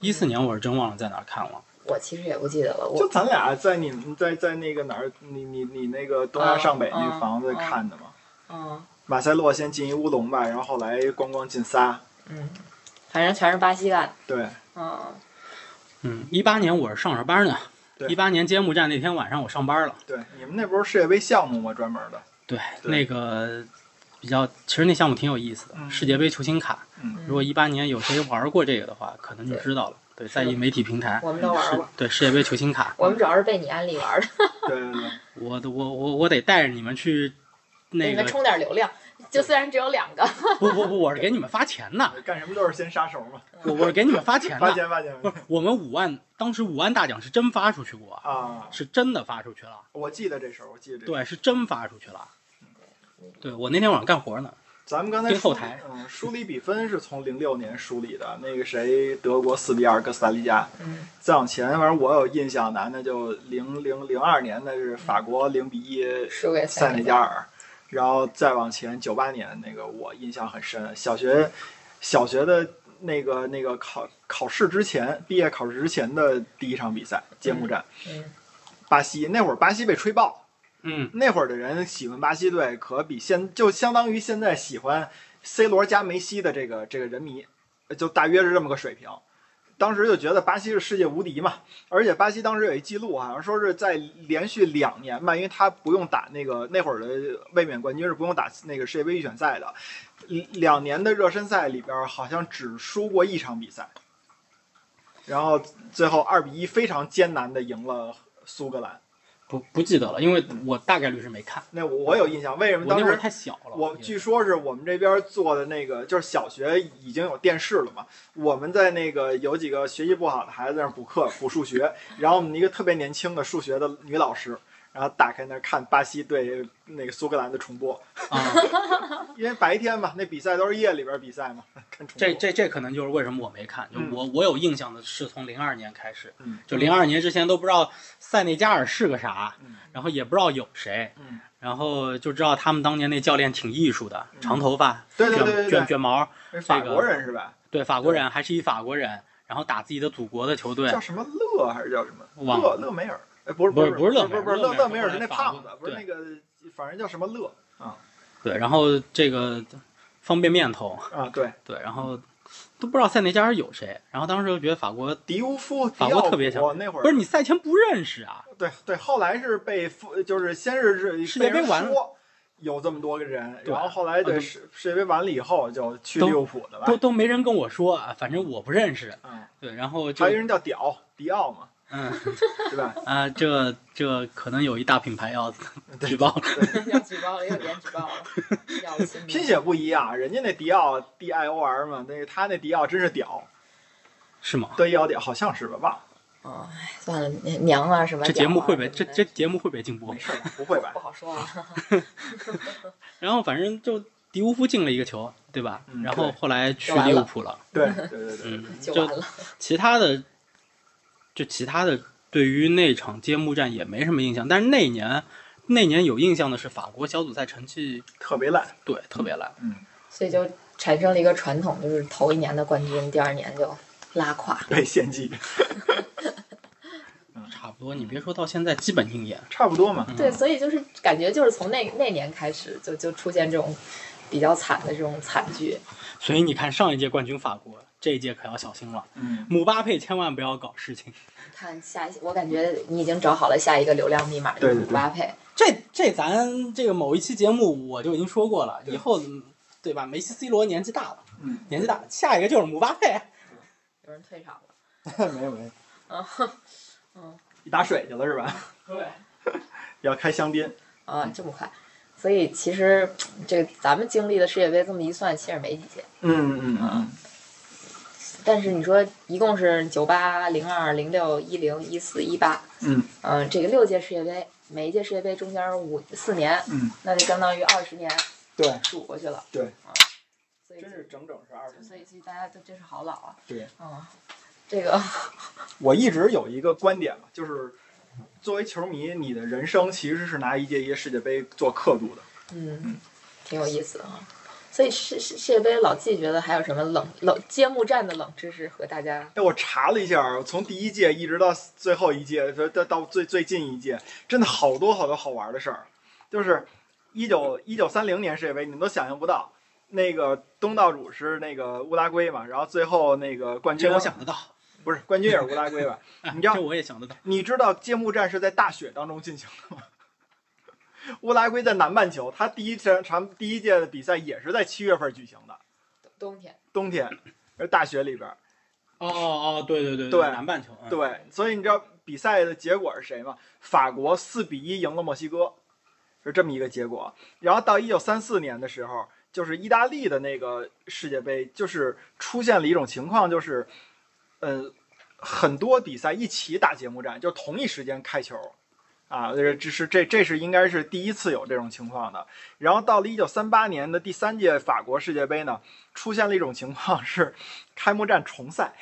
D: 一四年我是真忘了在哪儿看了。
B: 我其实也不记得了。
C: 就
B: 我
C: 咱俩在你们在在那个哪儿，你你你那个东
D: 啊
C: 亚上北那个房子看的嘛。
B: 嗯
C: 马塞洛先进一乌龙吧，然后后来咣咣进仨，
B: 嗯，反正全是巴西干的。
C: 对，
B: 嗯，
D: 嗯，一八年我是上着班呢，
C: 对
D: 一八年揭幕战那天晚上我上班了。
C: 对，你们那不是世界杯项目吗？专门的，
D: 对，
C: 对
D: 那个比较，其实那项目挺有意思的，
C: 嗯
D: 世界杯球星卡。
C: 嗯
D: 如果一八年有谁玩过这个的话，可能就知道了。对，在一媒体平台，
B: 我们都玩
D: 是
B: 过，
D: 对世界杯球星卡，
B: 我们主要是被你安利玩的，
C: 对对对，
D: 我的我我我得带着你们去。
B: 给
D: 那
B: 你们
D: 个
B: 充点流量。就虽然只有两个，
D: 不不不，我是给你们发钱的，
C: 干什么都是先杀熟 嘛，
D: 我我是给你们发钱
C: 发
D: 的，
C: 现发现
D: 不是，我们五万，当时五万大奖是真发出去过，
C: 啊！
D: 是真的发出去了。
C: 我记得这事儿，我记得这事儿。
D: 对，是真发出去了。对我那天晚上干活呢，
C: 咱们刚才
D: 跟后
C: 梳理
D: 台
C: 嗯，梳理比分是从零六年梳理的，那个谁，德国四比二哥斯达黎加。
B: 嗯，
C: 再往前，反正我有印象的，那就零零零二年那是法国零比一
B: 输给
C: 塞内
B: 内
C: 加尔，然后再往前九八年那个我印象很深，小学小学的那个那个考考试之前，毕业考试之前的第一场比赛揭幕战，
B: 嗯
C: 巴西那会儿巴西被吹爆，
D: 嗯，
C: 那会儿的人喜欢巴西队，可比现就相当于现在喜欢 C 罗加梅西的这个这个人迷，呃就大约是这么个水平。当时就觉得巴西是世界无敌嘛，而且巴西当时有一记录，啊好像说是在连续两年吧，因为他不用打那个那会儿的卫冕冠军是不用打那个世界杯预选赛的，两年的热身赛里边好像只输过一场比赛，然后最后二比一非常艰难的赢了苏格兰。
D: 不不记得了，因为我大概率是没看，
C: 那我我有印象，为什
D: 我
C: 么
D: 那
C: 当
D: 会儿
C: 时
D: 太小了。
C: 我
D: 也
C: 据说是我们这边做的那个，就是小学已经有电视了嘛。我们在那个有几个学习不好的孩子在那儿补课补数学，然后我们一个特别年轻的数学的女老师，然后打开那儿看巴西对那个苏格兰的重播，
D: 啊，
C: 因为白天嘛，那比赛都是夜里边比赛嘛，看重播。
D: 这这这可能就是为什么我没看，就
C: 嗯
D: 我我有印象的是从零二年开始
C: 嗯，
D: 就零二年之前都不知道塞内加尔是个啥
C: 嗯，
D: 然后也不知道有谁
C: 嗯，
D: 然后就知道他们当年那教练挺艺术的，长头发，
C: 对对对
D: 卷
C: 对
D: 卷
C: 对，
D: 卷毛，
C: 那法国人是吧？
D: 对，法国人还是一法国人，然后打自己的祖国的球队
C: 叫，什么乐还是叫什么？
D: 忘
C: 勒
D: 了。
C: 勒梅尔？哎，不是
D: 不是
C: 是
D: 不是勒梅尔
C: 不是
D: 勒梅
C: 勒
D: 尔
C: 勒梅尔是那
D: 后来法
C: 胖
D: 国
C: 子，不是那个反正叫什么乐
D: 对，然后这个方便面头，
C: 啊？对，
D: 对，然后都不知道塞内加尔有谁，然后当时就觉得法国
C: 迪乌夫，
D: 法
C: 迪
D: 国
C: 奥
D: 特别强
C: 古那会儿
D: 不是你赛前不认识啊，
C: 对对，后来是被封，就是先是是
D: 世界杯
C: 被人
D: 完了
C: 说有这么多个人，
D: 对
C: 然后后来
D: 呃
C: 对
D: 都
C: 世世界杯完了以后就去
D: 都
C: 利物浦的了
D: 都。都没人跟我说啊，反正我不认识，
C: 啊，
D: 对，然后就
C: 还有一人叫屌迪奥嘛，
D: 嗯
C: 对吧？
D: 啊，这这可能有一大品牌要举报了。
B: 要举报了，又连举报了，要了亲命
C: 拼写不一样，人家那迪奥 D I O R 嘛，那他那迪奥真是屌，
D: 是吗？
C: 德意奥屌，好像是吧？忘了，
B: 哦，哎算了，娘啊什么屌啊。
D: 这节目会被
B: 什
D: 这
B: 么的
D: 这节目会被禁播
C: 没。事吧？不会吧
B: 不？好说啊。
D: 然后反正就迪乌夫进了一个球，对吧？
C: 嗯
D: 然后
C: 对
D: 后来去
B: 完
D: 利物
B: 了
D: 浦了。
C: 对对对对，
D: 嗯，
B: 就完
D: 就
B: 了，
D: 其他的，就其他的，对于那场揭幕战也没什么印象。但是那一年，那年有印象的是法国小组赛成绩
C: 特别烂。
D: 对特别烂。
B: 所以就产生了一个传统，就是头一年的冠军，第二年就拉垮。
C: 被献祭，
D: 差不多，你别说到现在基本应验。
C: 差不多嘛。
B: 对，所以就是感觉就是从那那年开始就就出现这种比较惨的这种惨剧。
D: 所以你看上一届冠军法国，这一届可要小心了，
C: 嗯，
D: 姆巴佩千万不要搞事情。
B: 看下一，我感觉你已经找好了下一个流量密码，
C: 对
B: 就是
C: 对
B: 姆
C: 对
B: 巴佩。
D: 这这咱这个某一期节目我就已经说过了，以后对吧？梅西、C 罗年纪大了，
C: 嗯
D: 年纪大了，下一个就是姆巴佩。
B: 有人退场了。
C: 没有没有，
B: 嗯
C: 你打水去了是吧？
D: 对，
C: 要开香槟，
B: 啊，这么快。所以其实这个咱们经历的世界杯这么一算，其实没几届。
C: 嗯嗯嗯，
B: 但是你说一共是九八、零二、零六、一零、一四、一八，
C: 嗯
B: 嗯，这个六届世界杯，每一届世界杯中间五四年，
C: 嗯，
B: 那就相当于二十年
C: 对，
B: 数过去了。
C: 对
B: 啊，所以
C: 真是整整是二十
B: 所以所以大家都真是好老啊。
C: 对，
B: 啊，这个
C: 我一直有一个观点嘛，就是作为球迷，你的人生其实是拿一届一届世界杯做刻度的。
B: 嗯，挺有意思的啊。所以世世世界杯，老季觉得还有什么冷冷揭幕战的冷知识和大家
C: 哎，我查了一下，从第一届一直到最后一届，到到到最最近一届，真的好多好多好玩的事儿。啊就是一九一九三零年世界杯，你们都想象不到，那个东道主是那个乌拉圭嘛，然后最后那个冠军啊
D: 这我想得到，
C: 不是冠军也是乌拉圭吧？
D: 哎
C: 你知道
D: 这我也想得到。
C: 你知道揭幕战是在大雪当中进行的吗？ 乌拉圭在南半球，它第一场场第一届的比赛也是在七月份举行的，
B: 冬天
C: 冬天，而大雪里边儿。
D: 哦哦哦，对对对
C: 对
D: 南半球。嗯，
C: 对，所以你知道比赛的结果是谁吗？法国四比一赢了墨西哥，是这么一个结果。然后到一九三四年的时候，就是意大利的那个世界杯，就是出现了一种情况，就是，呃，很多比赛一起打揭幕战，就同一时间开球。啊，这这是这这是应该是第一次有这种情况的。然后到了一九三八年的第三届法国世界杯呢，出现了一种情况是开幕战重赛，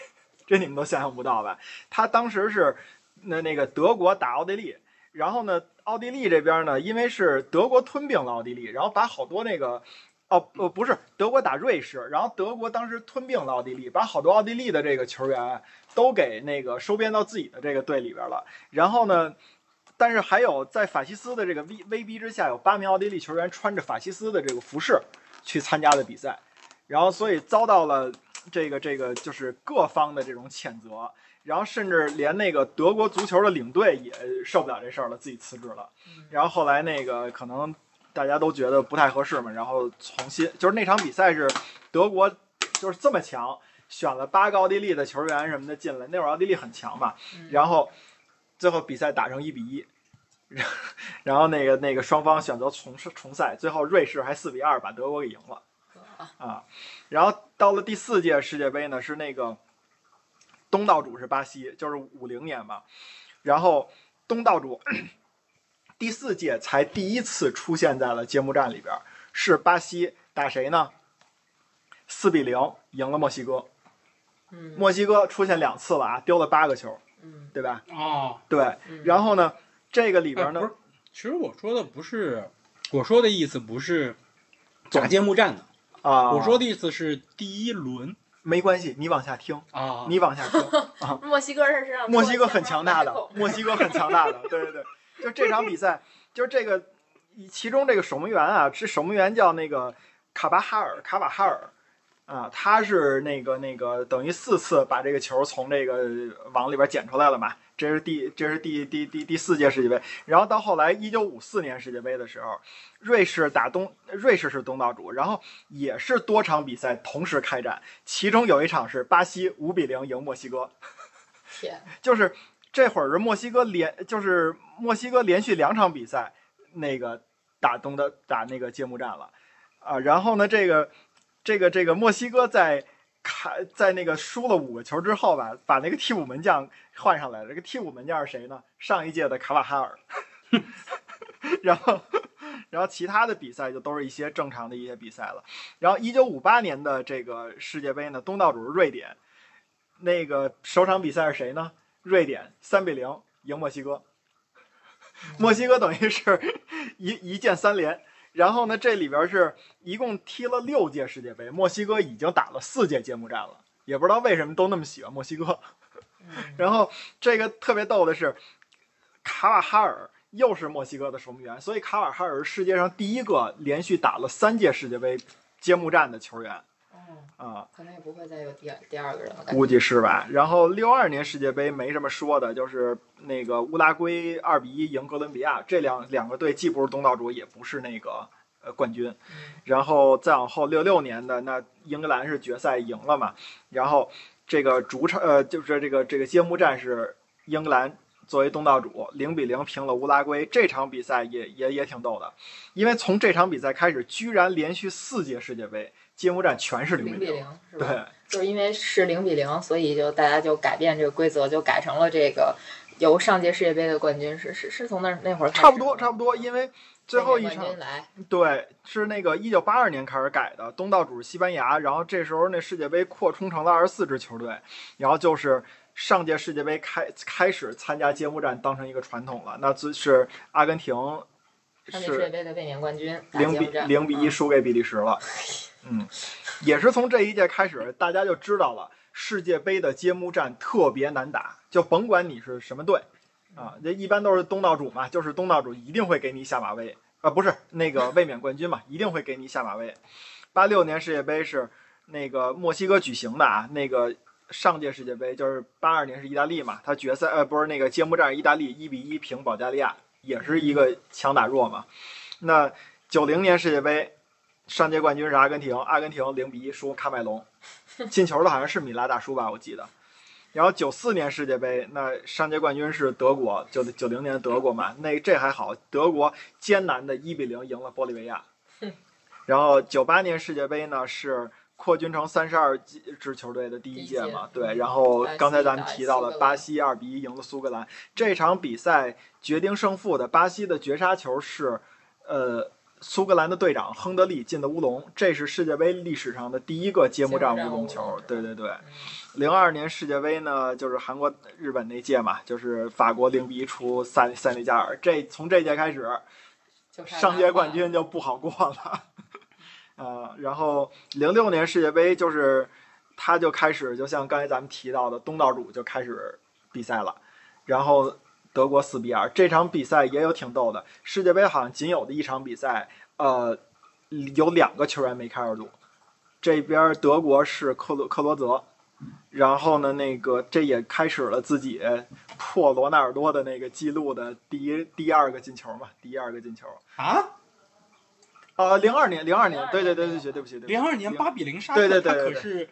C: 这你们都想象不到吧？他当时是那那个德国打奥地利，然后呢，奥地利这边呢，因为是德国吞并了奥地利，然后把好多那个。哦，呃，不是，德国打瑞士，然后德国当时吞并了奥地利，把好多奥地利的这个球员都给那个收编到自己的这个队里边了。然后呢，但是还有在法西斯的这个威威逼之下，有八名奥地利球员穿着法西斯的这个服饰去参加的比赛，然后所以遭到了这个这个就是各方的这种谴责，然后甚至连那个德国足球的领队也受不了这事儿了，自己辞职了
B: 嗯。
C: 然后后来那个可能大家都觉得不太合适嘛，然后重新就是那场比赛是德国就是这么强，选了八个奥地利的球员什么的进来，那会儿奥地利很强嘛，
B: 嗯
C: 然后最后比赛打成一比一，然后然后那个那个双方选择重重赛，最后瑞士还四比二把德国给赢了
B: 啊
C: 啊。然后到了第四届世界杯呢，是那个东道主是巴西，就是五零年嘛，然后东道主第四届才第一次出现在了揭幕战里边儿，是巴西打谁呢？四比零赢了墨西哥，
B: 嗯
C: 墨西哥出现两次了啊，丢了八个球，
B: 嗯
C: 对吧？
D: 哦，
C: 对，
B: 嗯，
C: 然后呢，这个里
D: 里
C: 边呢，
D: 哎其实我说的不是，我说的意思不是
C: 总
D: 打揭幕战的，
C: 啊，
D: 我说的意思是第一轮
C: 没关系，你往下听，
D: 啊
C: 你往下听，
B: 墨西哥人是让
C: 墨西哥很强大的，墨西哥很强大的，对对对，就这场比赛，就是这个，其中这个守门员啊，这守门员叫那个卡巴哈尔，卡瓦哈尔。啊，他是那个那个，等于四次把这个球从这个网里边捡出来了嘛，这是第这是第第第第四届世界杯，然后到后来一九五四年世界杯的时候，瑞士打东，瑞士是东道主，然后也是多场比赛同时开战，其中有一场是巴西五比零赢墨西哥，
B: 天，
C: 就是这会儿是墨西哥连，就是墨西哥连续两场比赛那个打东的打那个揭幕战了啊。然后呢，这个这个这个墨西哥在卡在那个输了五个球之后吧，把那个替补门将换上来了。这个替补门将是谁呢？上一届的卡瓦哈尔。然后，然后其他的比赛就都是一些正常的一些比赛了。然后，一九五八年的这个世界杯呢，东道主是瑞典，那个首场比赛是谁呢？瑞典三比零赢墨西哥，墨西哥等于是一一键三连。然后呢，这里边是一共踢了六届世界杯，墨西哥已经打了四届揭幕战了，也不知道为什么都那么喜欢墨西哥。
B: 嗯
C: 然后这个特别逗的是，卡瓦哈尔又是墨西哥的守门员，所以卡瓦哈尔是世界上第一个连续打了三届世界杯揭幕战的球员
B: 哦，
C: 啊。
B: 可能也不会再有第二第二个人了，感觉
C: 估计是吧。然后六二年世界杯没什么说的，就是那个乌拉圭二比一赢哥伦比亚，这两两个队既不是东道主，也不是那个呃冠军。
B: 嗯
C: 然后再往后六六年的那英格兰是决赛赢了嘛，然后这个主场呃就是这个这个揭幕战是英格兰。作为东道主，零比零平了乌拉圭，这场比赛也也也挺逗的，因为从这场比赛开始，居然连续四届世界杯揭幕战全是零
B: 零比零是吧？
C: 对，
B: 就是因为是零比零，所以就大家就改变这个规则，就改成了这个由上届世界杯的冠军是是是从那那会儿开始
C: 差不多，
B: 吗
C: 差不多，因为最后一
B: 那届
C: 场
B: 冠军来，
C: 对是那个一九八二年开始改的，东道主是西班牙，然后这时候那世界杯扩充成了二十四支球队，然后就是上届世界杯开开始参加揭幕战当成一个传统了，那最是阿根廷
B: 上届世界
C: 是
B: 杯的卫冕冠军打
C: 零
B: 揭
C: 比
B: 幕战
C: 零比一
B: 嗯
C: 输给比利时了，嗯，也是从这一届开始，大家就知道了世界杯的揭幕战特别难打，就甭管你是什么队。啊，这一般都是东道主嘛，就是东道主一定会给你下马威啊，不是那个卫冕冠军嘛，一定会给你下马威。八六年世界杯是那个墨西哥举行的啊，那个上届世界杯就是八二年是意大利嘛，他决赛呃不是那个揭幕战，意大利一比一平保加利亚，也是一个强打弱嘛。那九零年世界杯上届冠军是阿根廷，阿根廷零比一输喀麦 隆，进球的好像是米拉大叔吧，我记得。然后九四年世界杯，那上届冠军是德国，九九零年德国嘛，那这还好，德国艰难的一比零赢了玻利维亚。然后九八年世界杯呢是扩军成三十二支球队的第一届嗯嘛，
B: 第一届
C: 对。然后
B: 巴西
C: 刚才咱们
B: 打
C: 提到
B: 苏格
C: 了
B: 兰
C: 巴西二比一赢了苏格兰，这场比赛决定胜负的巴西的绝杀球是，呃。苏格兰的队长亨德利进的乌龙，这是世界杯历史上的第一个揭幕战
B: 揭幕战乌
C: 龙
B: 龙
C: 球
B: 是吧。
C: 对对对，
B: 嗯
C: 零二年世界杯呢，就是韩国、日本那届嘛，就是法国零比一出塞塞内加尔。这从这届开始，
B: 就开始
C: 上届
B: 打
C: 冠
B: 了
C: 军就不好过了。 呃，然后零六年世界杯就是，他就开始，就像刚才咱们提到的，东道主就开始比赛了。然后德国四比二，这场比赛也有挺逗的。世界杯好像仅有的一场比赛，呃，有两个球员没开二度。这边德国是克罗克罗泽，然后呢，那个这也开始了自己破罗纳尔多的那个记录的第一第二个进球嘛，第二个进球。
D: 啊，
C: 呃，零二年，零二年
B: 02，
C: 对对对
B: 年
C: 对不起对不起对不起，
D: 零二年八比零杀
C: 对对
D: 他
C: 对对
D: 可是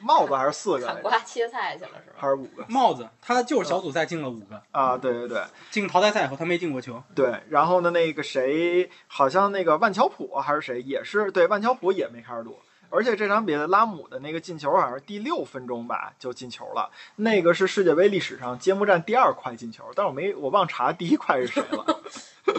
C: 帽子还是四个来
B: 砍
C: 着，
B: 瓜切菜去了是吧？
C: 还是五个
D: 帽子，他就是小组赛进了五个，
C: 啊？对对对
D: 进淘汰赛以后他没进过球。
C: 对，然后呢，那个谁，好像那个万乔普还是谁，也是对万乔普也没开始赌。而且这场比赛拉姆的那个进球好像是第六分钟吧就进球了，那个是世界杯历史上揭幕战第二快进球，但是我没我忘查第一快是谁了。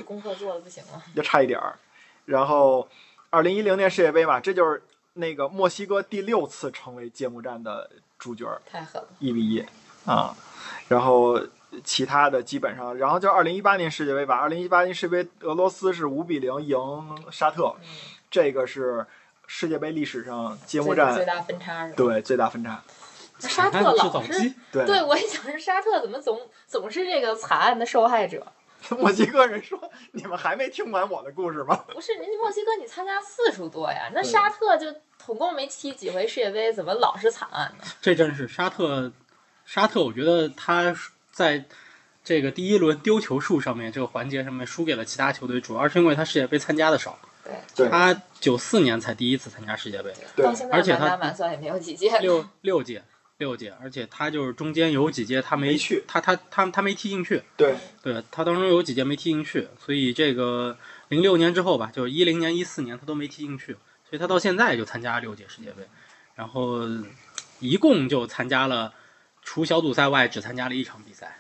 B: 功课做的不行了，
C: 就差一点儿。然后，二零一零年世界杯嘛，这就是那个墨西哥第六次成为揭幕战的主角，
B: 太狠了。
C: 一比一啊。然后其他的基本上，然后就二零一八年世界杯吧，二零一八年世界杯俄罗斯是五比零赢沙特，
B: 嗯，
C: 这个是世界杯历史上揭
B: 最
C: 幕
B: 最
C: 战
B: 大分叉是吧？
C: 对最大分差。
B: 那沙特
D: 惨案制
B: 老
D: 造
B: 是
D: 机，
C: 对，
B: 对，我也想是沙特怎么总总是这个惨案的受害者？
C: 墨西哥人说：“你们还没听完我的故事吗
B: 不是，人家墨西哥你参加次数多呀，那
C: 对
B: 沙特就统共没踢几回世界杯，怎么老是惨案呢？
D: 这真是沙特，沙特，我觉得他在这个第一轮丢球数上面这个环节上面输给了其他球队，主要是因为他世界杯参加的少。
B: 对，
C: 对
D: 他九四年才第一次参加世界杯，
C: 对
B: 到现在
D: 而且
B: 满
D: 他
B: 打满算也没有几届。
D: 六六届，六届，而且他就是中间有几届他没
C: 没去，
D: 他他他他没踢进去，
C: 对，
D: 对他当中有几届没踢进去，所以这个零六年之后吧，就是一零年、一四年他都没踢进去，所以他到现在就参加六届世界杯，然后一共就参加了除小组赛外只参加了一场比赛，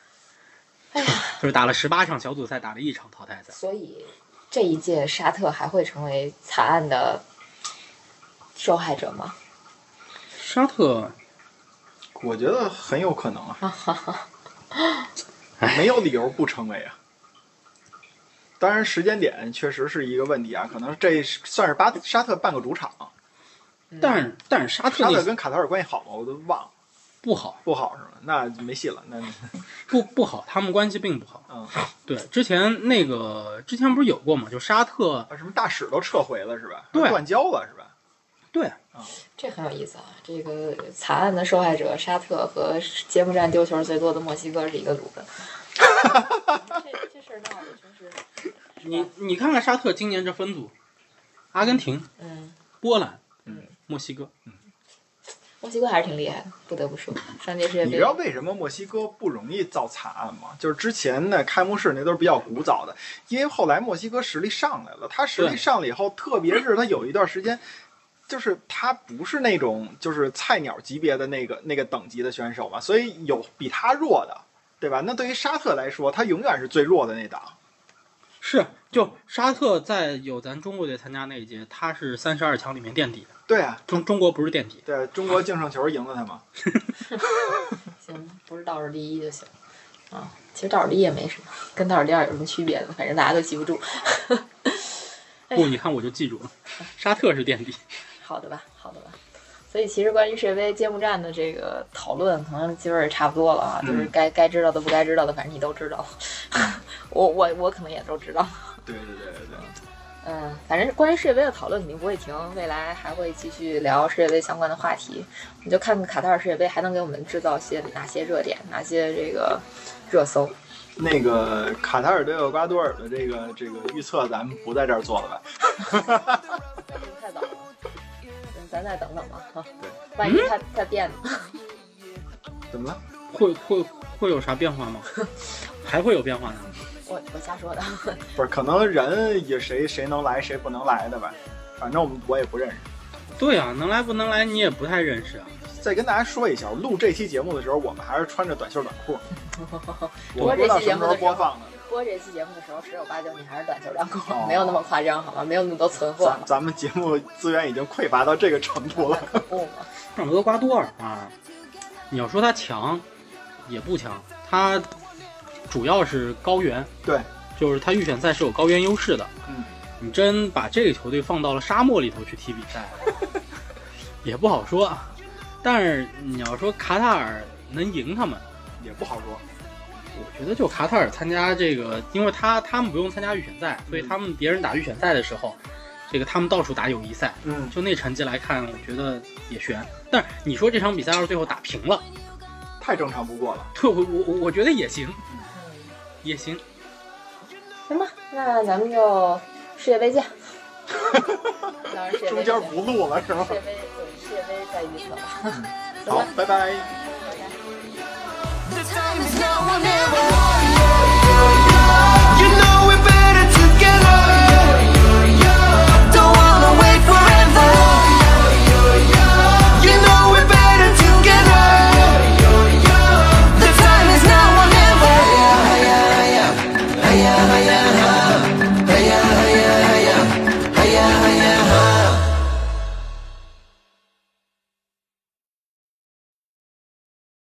B: 哎呀，
D: 就是打了十八场小组赛，打了一场淘汰赛。
B: 所以这一届沙特还会成为惨案的受害者吗？
D: 沙特
C: 我觉得很有可能 啊，没有理由不成为啊。当然，时间点确实是一个问题啊，可能这算是巴沙特半个主场，
B: 嗯
D: 但是但是沙特
C: 沙特
D: 那
C: 跟卡塔尔关系好吗？我都忘了，
D: 不好，
C: 不好是吗？那就没戏了， 那啊
D: 不不好，他们关系并不好。
C: 嗯，
D: 对，之前那个之前不是有过嘛，就沙特
C: 把什么大使都撤回了是吧？
D: 对
C: 断交了是吧？
D: 对
B: 这很有意思啊！这个惨案的受害者沙特和揭幕战丢球最多的墨西哥是一个路子。这这事儿闹的真是，
D: 你你看看沙特今年这分组，阿根廷、
B: 嗯，
D: 波兰、
B: 嗯
D: 墨西哥，
B: 墨西哥还是挺厉害的，不得不说，上届世界
C: 你
B: 杯
C: 知道为什么墨西哥不容易造惨案吗？就是之前的开幕式那都是比较古早的，因为后来墨西哥实力上来了，他实力
D: 对
C: 上来以后，特别是他有一段时间，就是他不是那种就是菜鸟级别的那个那个等级的选手嘛，所以有比他弱的，对吧？那对于沙特来说，他永远是最弱的那档。
D: 是就沙特在有咱中国队参加那一届，他是三十二强里面垫底的，
C: 对啊，
D: 中中国不是垫底。
C: 对啊中国净胜球赢了他嘛，
B: 行，不是倒数第一就行。啊，其实倒数第一也没什么，跟倒数第二有什么区别呢？反正大家都记不住。 哎呀
D: 不，你看我就记住了，沙特是垫底。
B: 好的吧，好的吧。所以其实关于世界杯揭幕战的这个讨论，可能基本也差不多了啊，
C: 嗯
B: 就是该该知道的不该知道的，反正你都知道 了。我我我可能也都知道。
C: 对对对对对。
B: 嗯，反正关于世界杯的讨论肯定不会停，未来还会继续聊世界杯相关的话题。我们就看看卡塔尔世界杯还能给我们制造些哪些热点，哪些这个热搜。
C: 那个卡塔尔对厄瓜多尔的这个这个预测，咱们不在这儿做了吧？
B: 那就太早了，嗯咱再等等吧哈。
C: 对，
B: 万一它它变呢？
C: 怎么了？
D: 会会会有啥变化吗？还会有变化呢？
B: 我我瞎说的。
C: 不是，可能人也谁谁能来谁不能来的吧，反正我们我也不认识。
D: 对啊，能来不能来你也不太认识啊。
C: 再跟大家说一下，录这期节目的时候，我们还是穿着短袖短裤，
B: 播
C: 我们不
B: 这
C: 知道
B: 期
C: 什
B: 节目
C: 么时候
B: 的时
C: 播
B: 候，
C: 放的。
B: 播这期节目的时候，十有八九你还是短袖短裤
C: 哦，
B: 没有那么夸张好吗？没有那么多存 货
C: 咱
B: 嘛，
C: 咱们节目资源已经匮乏到这个程度了。
B: 可不嘛。
D: 让厄瓜多尔啊，你要说他强，也不强，他主要是高原，
C: 对，
D: 就是他预选赛是有高原优势的。
C: 嗯，
D: 你真把这个球队放到了沙漠里头去踢比 赛，也不好说。但是你要说卡塔尔能赢他们，
C: 也不好说。
D: 我觉得就卡塔尔参加这个，因为他他们不用参加预选赛，所以他们别人打预选赛的时候，这个他们到处打友谊赛，
C: 嗯，
D: 就那成绩来看，我觉得也悬。但是你说这场比赛要是最后打平了，
C: 太正常不过了。
D: 退回我我我觉得也行，
B: 嗯，
D: 也行。
B: 行吧，那咱们就世界杯 见。当然世界杯
C: 中
B: 见
C: 间不录了是吗
B: 世？界杯，对世界杯再预测吧。
C: 好，
B: 拜
C: 拜拜。
B: 拜
A: The time is now or never.